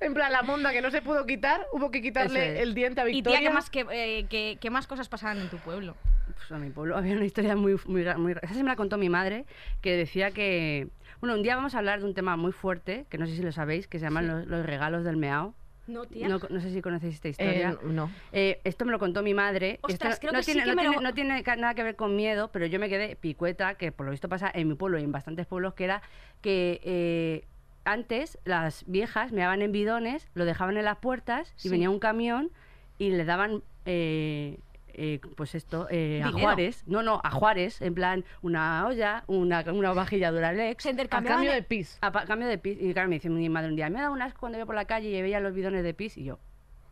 Speaker 2: en plan la monda que no se pudo quitar, hubo que quitarle
Speaker 6: Eso es.
Speaker 2: el diente a
Speaker 3: Y
Speaker 2: Victoria.
Speaker 3: tía, ¿qué más, que, eh, que- que más cosas pasaban en tu pueblo?
Speaker 6: Pues a mi pueblo [LAUGHS] había una historia muy, muy, ra- muy ra- Esa se me la contó mi madre, que decía que... Bueno, un día vamos a hablar de un tema muy fuerte, que no sé si lo sabéis, que se llaman los, los regalos del meao.
Speaker 3: No, tía.
Speaker 6: No, no sé si conocéis esta
Speaker 2: Eh,
Speaker 6: historia.
Speaker 2: no.
Speaker 6: Eh, esto me lo contó mi madre. Esto
Speaker 3: Ostras,
Speaker 6: no-
Speaker 3: creo
Speaker 6: no
Speaker 3: que sí
Speaker 6: tiene,
Speaker 3: que
Speaker 6: no
Speaker 3: me
Speaker 6: tiene-
Speaker 3: lo-
Speaker 6: no tiene ca- nada que ver con miedo, pero yo me quedé picueta, que por lo visto pasa en mi pueblo y en bastantes pueblos, que era que eh, antes las viejas meaban en bidones, lo dejaban en las puertas y
Speaker 3: Sí.
Speaker 6: venía un camión y le daban... eh, eh, pues esto, eh, a
Speaker 3: Dinero.
Speaker 6: Juárez, no, no, a Juárez, en plan una olla, una, una vajilla Duralex,
Speaker 3: Se
Speaker 2: A
Speaker 3: intercambiaban
Speaker 2: cambio
Speaker 3: el-
Speaker 2: de pis.
Speaker 6: a pa- cambio de pis. Y claro, me dice mi madre un día, me ha dado un asco cuando iba por la calle y veía los bidones de pis. Y yo,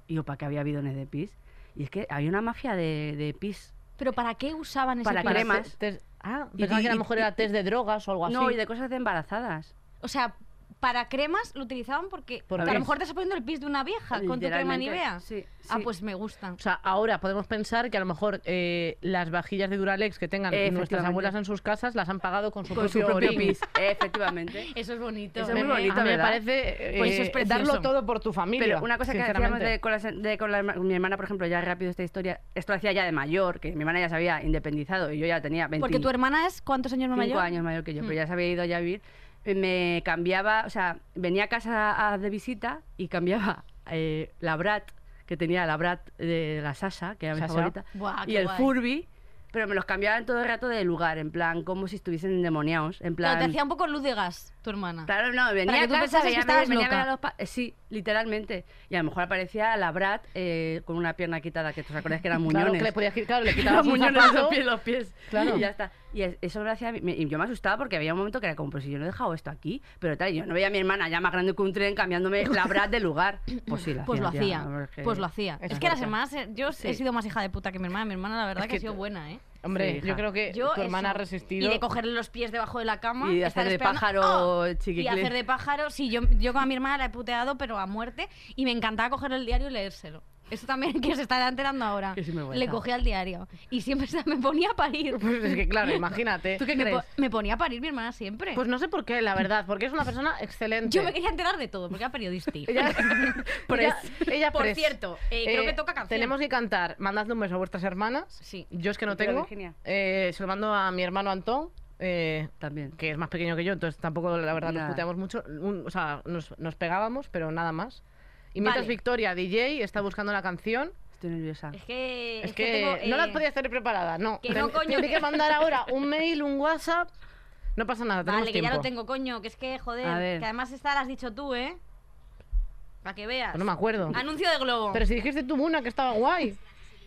Speaker 6: ¿y yo para qué había bidones de pis? Y es que había una mafia de, de pis.
Speaker 3: ¿Pero para qué usaban ese
Speaker 6: Para
Speaker 3: pis?
Speaker 6: cremas.
Speaker 2: te- test- ah,
Speaker 6: Y-
Speaker 2: pensaba que a
Speaker 6: y-
Speaker 2: lo mejor era test de drogas o algo así.
Speaker 6: No, y de cosas de embarazadas.
Speaker 3: O sea, para cremas lo utilizaban porque
Speaker 2: Por
Speaker 3: a
Speaker 2: pis.
Speaker 3: lo mejor te estás poniendo el pis de una vieja con tu crema
Speaker 6: Literalmente,
Speaker 3: Nivea.
Speaker 6: Sí,
Speaker 3: Ah,
Speaker 6: sí.
Speaker 3: pues me gusta.
Speaker 2: O sea, ahora podemos pensar que a lo mejor eh, las vajillas de Duralex que tengan nuestras
Speaker 6: Efectivamente.
Speaker 2: abuelas en sus casas las han pagado con su
Speaker 3: pues
Speaker 6: Con su
Speaker 2: propio,
Speaker 6: propio
Speaker 2: orín.
Speaker 6: pis.
Speaker 3: [LAUGHS]
Speaker 6: Efectivamente.
Speaker 3: Eso es bonito.
Speaker 6: Eso
Speaker 2: Me-
Speaker 6: muy bonito,
Speaker 2: a mí me
Speaker 6: ¿verdad?
Speaker 2: parece eh,
Speaker 3: Pues eso es precioso.
Speaker 2: darlo todo por tu familia.
Speaker 6: Pero una cosa que hacíamos
Speaker 2: sinceramente.
Speaker 6: de, con, las- de- con la herma- mi hermana, por ejemplo, ya rápido esta historia, esto lo hacía ya de mayor, que mi hermana ya se había independizado y yo ya tenía 20
Speaker 3: Porque tu hermana es cuántos años más
Speaker 6: cinco
Speaker 3: mayor?
Speaker 6: años mayor que yo,
Speaker 3: Mm.
Speaker 6: pero ya se había ido ya a vivir. Eh, Me cambiaba, o sea, venía a casa a- de visita y cambiaba eh, la Brat, que tenía la Brat de la Sasha, que era mi
Speaker 2: Sasha.
Speaker 6: favorita,
Speaker 3: Buah,
Speaker 6: y
Speaker 3: Ah, qué
Speaker 6: el
Speaker 3: guay.
Speaker 6: Furby, pero me los cambiaban todo el rato de lugar, en plan, como si estuviesen endemoniados, en
Speaker 3: Claro,
Speaker 6: plan...
Speaker 3: te hacía un poco luz de gas, tu hermana.
Speaker 6: Claro, no, venía
Speaker 3: que
Speaker 6: a
Speaker 3: tú
Speaker 6: casa,
Speaker 3: pensases que
Speaker 6: veía,
Speaker 3: estabas
Speaker 6: venía a ver a
Speaker 3: loca.
Speaker 6: los pa- eh, Sí, literalmente. Y a lo mejor aparecía la Brat eh, con una pierna quitada, que os acordáis
Speaker 3: [LAUGHS]
Speaker 6: que eran muñones.
Speaker 2: Claro, que le podías quitar,
Speaker 6: [LAUGHS]
Speaker 2: claro, le
Speaker 6: Los
Speaker 2: quitabas un
Speaker 6: muñones,
Speaker 2: zapato.
Speaker 6: los pies, los pies.
Speaker 2: Claro.
Speaker 6: Y ya está. Y es- eso me hacía. me- y yo me asustaba porque había un momento que era como, pero si yo no he dejado esto aquí. Pero tal, yo no veía a mi hermana ya más grande que un
Speaker 3: [LAUGHS]
Speaker 6: tren cambiándome la brat de lugar. Pues sí, lo
Speaker 3: Pues lo
Speaker 6: hacía.
Speaker 3: hacía, pues lo hacía.
Speaker 2: Es
Speaker 3: Es que las
Speaker 2: fuerte.
Speaker 3: hermanas, eh, yo
Speaker 6: Sí.
Speaker 3: he sido más hija de puta que mi hermana. Mi hermana, la verdad,
Speaker 2: Es
Speaker 3: que,
Speaker 2: que
Speaker 3: ha sido
Speaker 2: tú-
Speaker 3: buena, ¿eh?
Speaker 2: Hombre,
Speaker 6: Sí,
Speaker 2: yo
Speaker 6: hija.
Speaker 2: creo que
Speaker 3: Yo
Speaker 2: tu hermana ha
Speaker 3: eso.
Speaker 2: resistido.
Speaker 3: Y de cogerle los pies debajo de la cama.
Speaker 6: Y de
Speaker 3: estar
Speaker 6: hacer de
Speaker 3: esperando-
Speaker 6: pájaro
Speaker 3: ¡Ah! Y
Speaker 6: chiquiclés.
Speaker 3: hacer de pájaro. Sí, yo, yo con mi hermana la he puteado, pero a muerte. Y me encantaba coger el diario y leérselo. Eso también [LAUGHS] que se está enterando ahora.
Speaker 6: Qué sinvergüenza.
Speaker 3: Le cogía el diario. Y siempre se me ponía a parir.
Speaker 2: [LAUGHS] Pues es que claro, imagínate.
Speaker 6: ¿Tú qué
Speaker 3: me,
Speaker 6: crees?
Speaker 3: po- me ponía a parir mi hermana siempre.
Speaker 2: Pues no sé por qué, la verdad, porque es una persona excelente.
Speaker 3: yo me quería enterar de todo, porque era periodista.
Speaker 2: [LAUGHS] Ella,
Speaker 6: Pres.
Speaker 2: ella- ella
Speaker 3: Por
Speaker 2: pres.
Speaker 3: cierto, eh, creo que toca canción.
Speaker 2: Tenemos que cantar. Mandadle un beso a vuestras hermanas.
Speaker 3: Sí.
Speaker 2: Yo es que no
Speaker 6: Pero,
Speaker 2: tengo.
Speaker 6: Virginia.
Speaker 2: Eh, se lo mando a mi hermano Antón. eh,
Speaker 6: También.
Speaker 2: que es más pequeño que yo, entonces tampoco la verdad nos
Speaker 6: Nada.
Speaker 2: puteamos mucho. Un- o sea, nos, nos pegábamos, pero nada más. Y mientras
Speaker 3: Vale. Eh,
Speaker 2: Victoria, DJ, está buscando la canción.
Speaker 6: Estoy nerviosa.
Speaker 3: Es que. eh,
Speaker 2: Es, que, no
Speaker 3: las
Speaker 2: la podías tener preparada, no.
Speaker 3: que no, coño,
Speaker 2: Tendré
Speaker 3: que-
Speaker 2: que mandar ahora
Speaker 3: [LAUGHS]
Speaker 2: un mail, un WhatsApp. No pasa nada, tenemos
Speaker 3: Vale, que ya
Speaker 2: tiempo.
Speaker 3: lo tengo, coño. Que es que,
Speaker 6: A
Speaker 3: joder.
Speaker 6: ver.
Speaker 3: Que además esta la has dicho tú, ¿eh? Para que veas.
Speaker 2: Pues No me acuerdo.
Speaker 3: Anuncio de globo.
Speaker 2: Pero si dijiste tú una que estaba
Speaker 3: [LAUGHS]
Speaker 2: guay.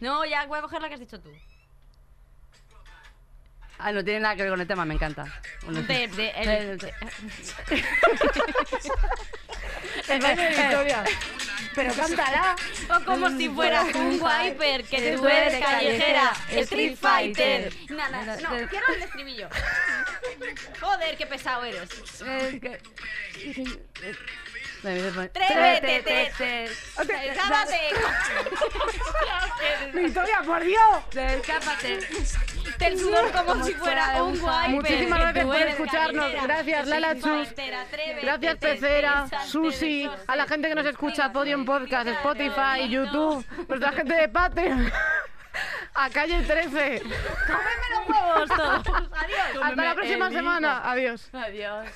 Speaker 3: No, ya voy a coger la que has dicho tú.
Speaker 6: Ah, no tiene nada que ver con el tema, me encanta. Bueno, [LAUGHS]
Speaker 3: De-
Speaker 6: sí.
Speaker 3: de- el-
Speaker 6: Eh,
Speaker 3: de-
Speaker 2: El baile de Victoria.
Speaker 6: Pero cántala.
Speaker 3: o como si fueras un wiper, que tú eres callejera, Street Fighter. Nada, no, quiero el estribillo. [LAUGHS] Joder, qué pesado eres.
Speaker 6: Eh, que-
Speaker 3: Trévete, te- Desgábate, [LAUGHS]
Speaker 6: Victoria, por Dios. Escápate.
Speaker 3: el sudor como si fuera un wiper.
Speaker 2: Muchísimas gracias
Speaker 3: que tú
Speaker 2: por
Speaker 3: eres
Speaker 2: escucharnos.
Speaker 3: callejera,
Speaker 2: Gracias,
Speaker 3: Street
Speaker 2: Lala Chus.
Speaker 3: Fighter, atrévete,
Speaker 2: Gracias,
Speaker 3: te-
Speaker 2: Pecera,
Speaker 3: salte
Speaker 2: Susi,
Speaker 3: del
Speaker 2: a la gente que nos escucha, Podium Podcast, Spotify,
Speaker 3: no.
Speaker 2: YouTube, nuestra gente de
Speaker 3: [LAUGHS]
Speaker 2: Patreon, a Calle 13.
Speaker 3: Huevos todos.
Speaker 2: [LAUGHS]
Speaker 3: Adiós.
Speaker 2: Hasta la próxima
Speaker 6: el higo.
Speaker 2: semana. Adiós.
Speaker 6: Adiós. [LAUGHS]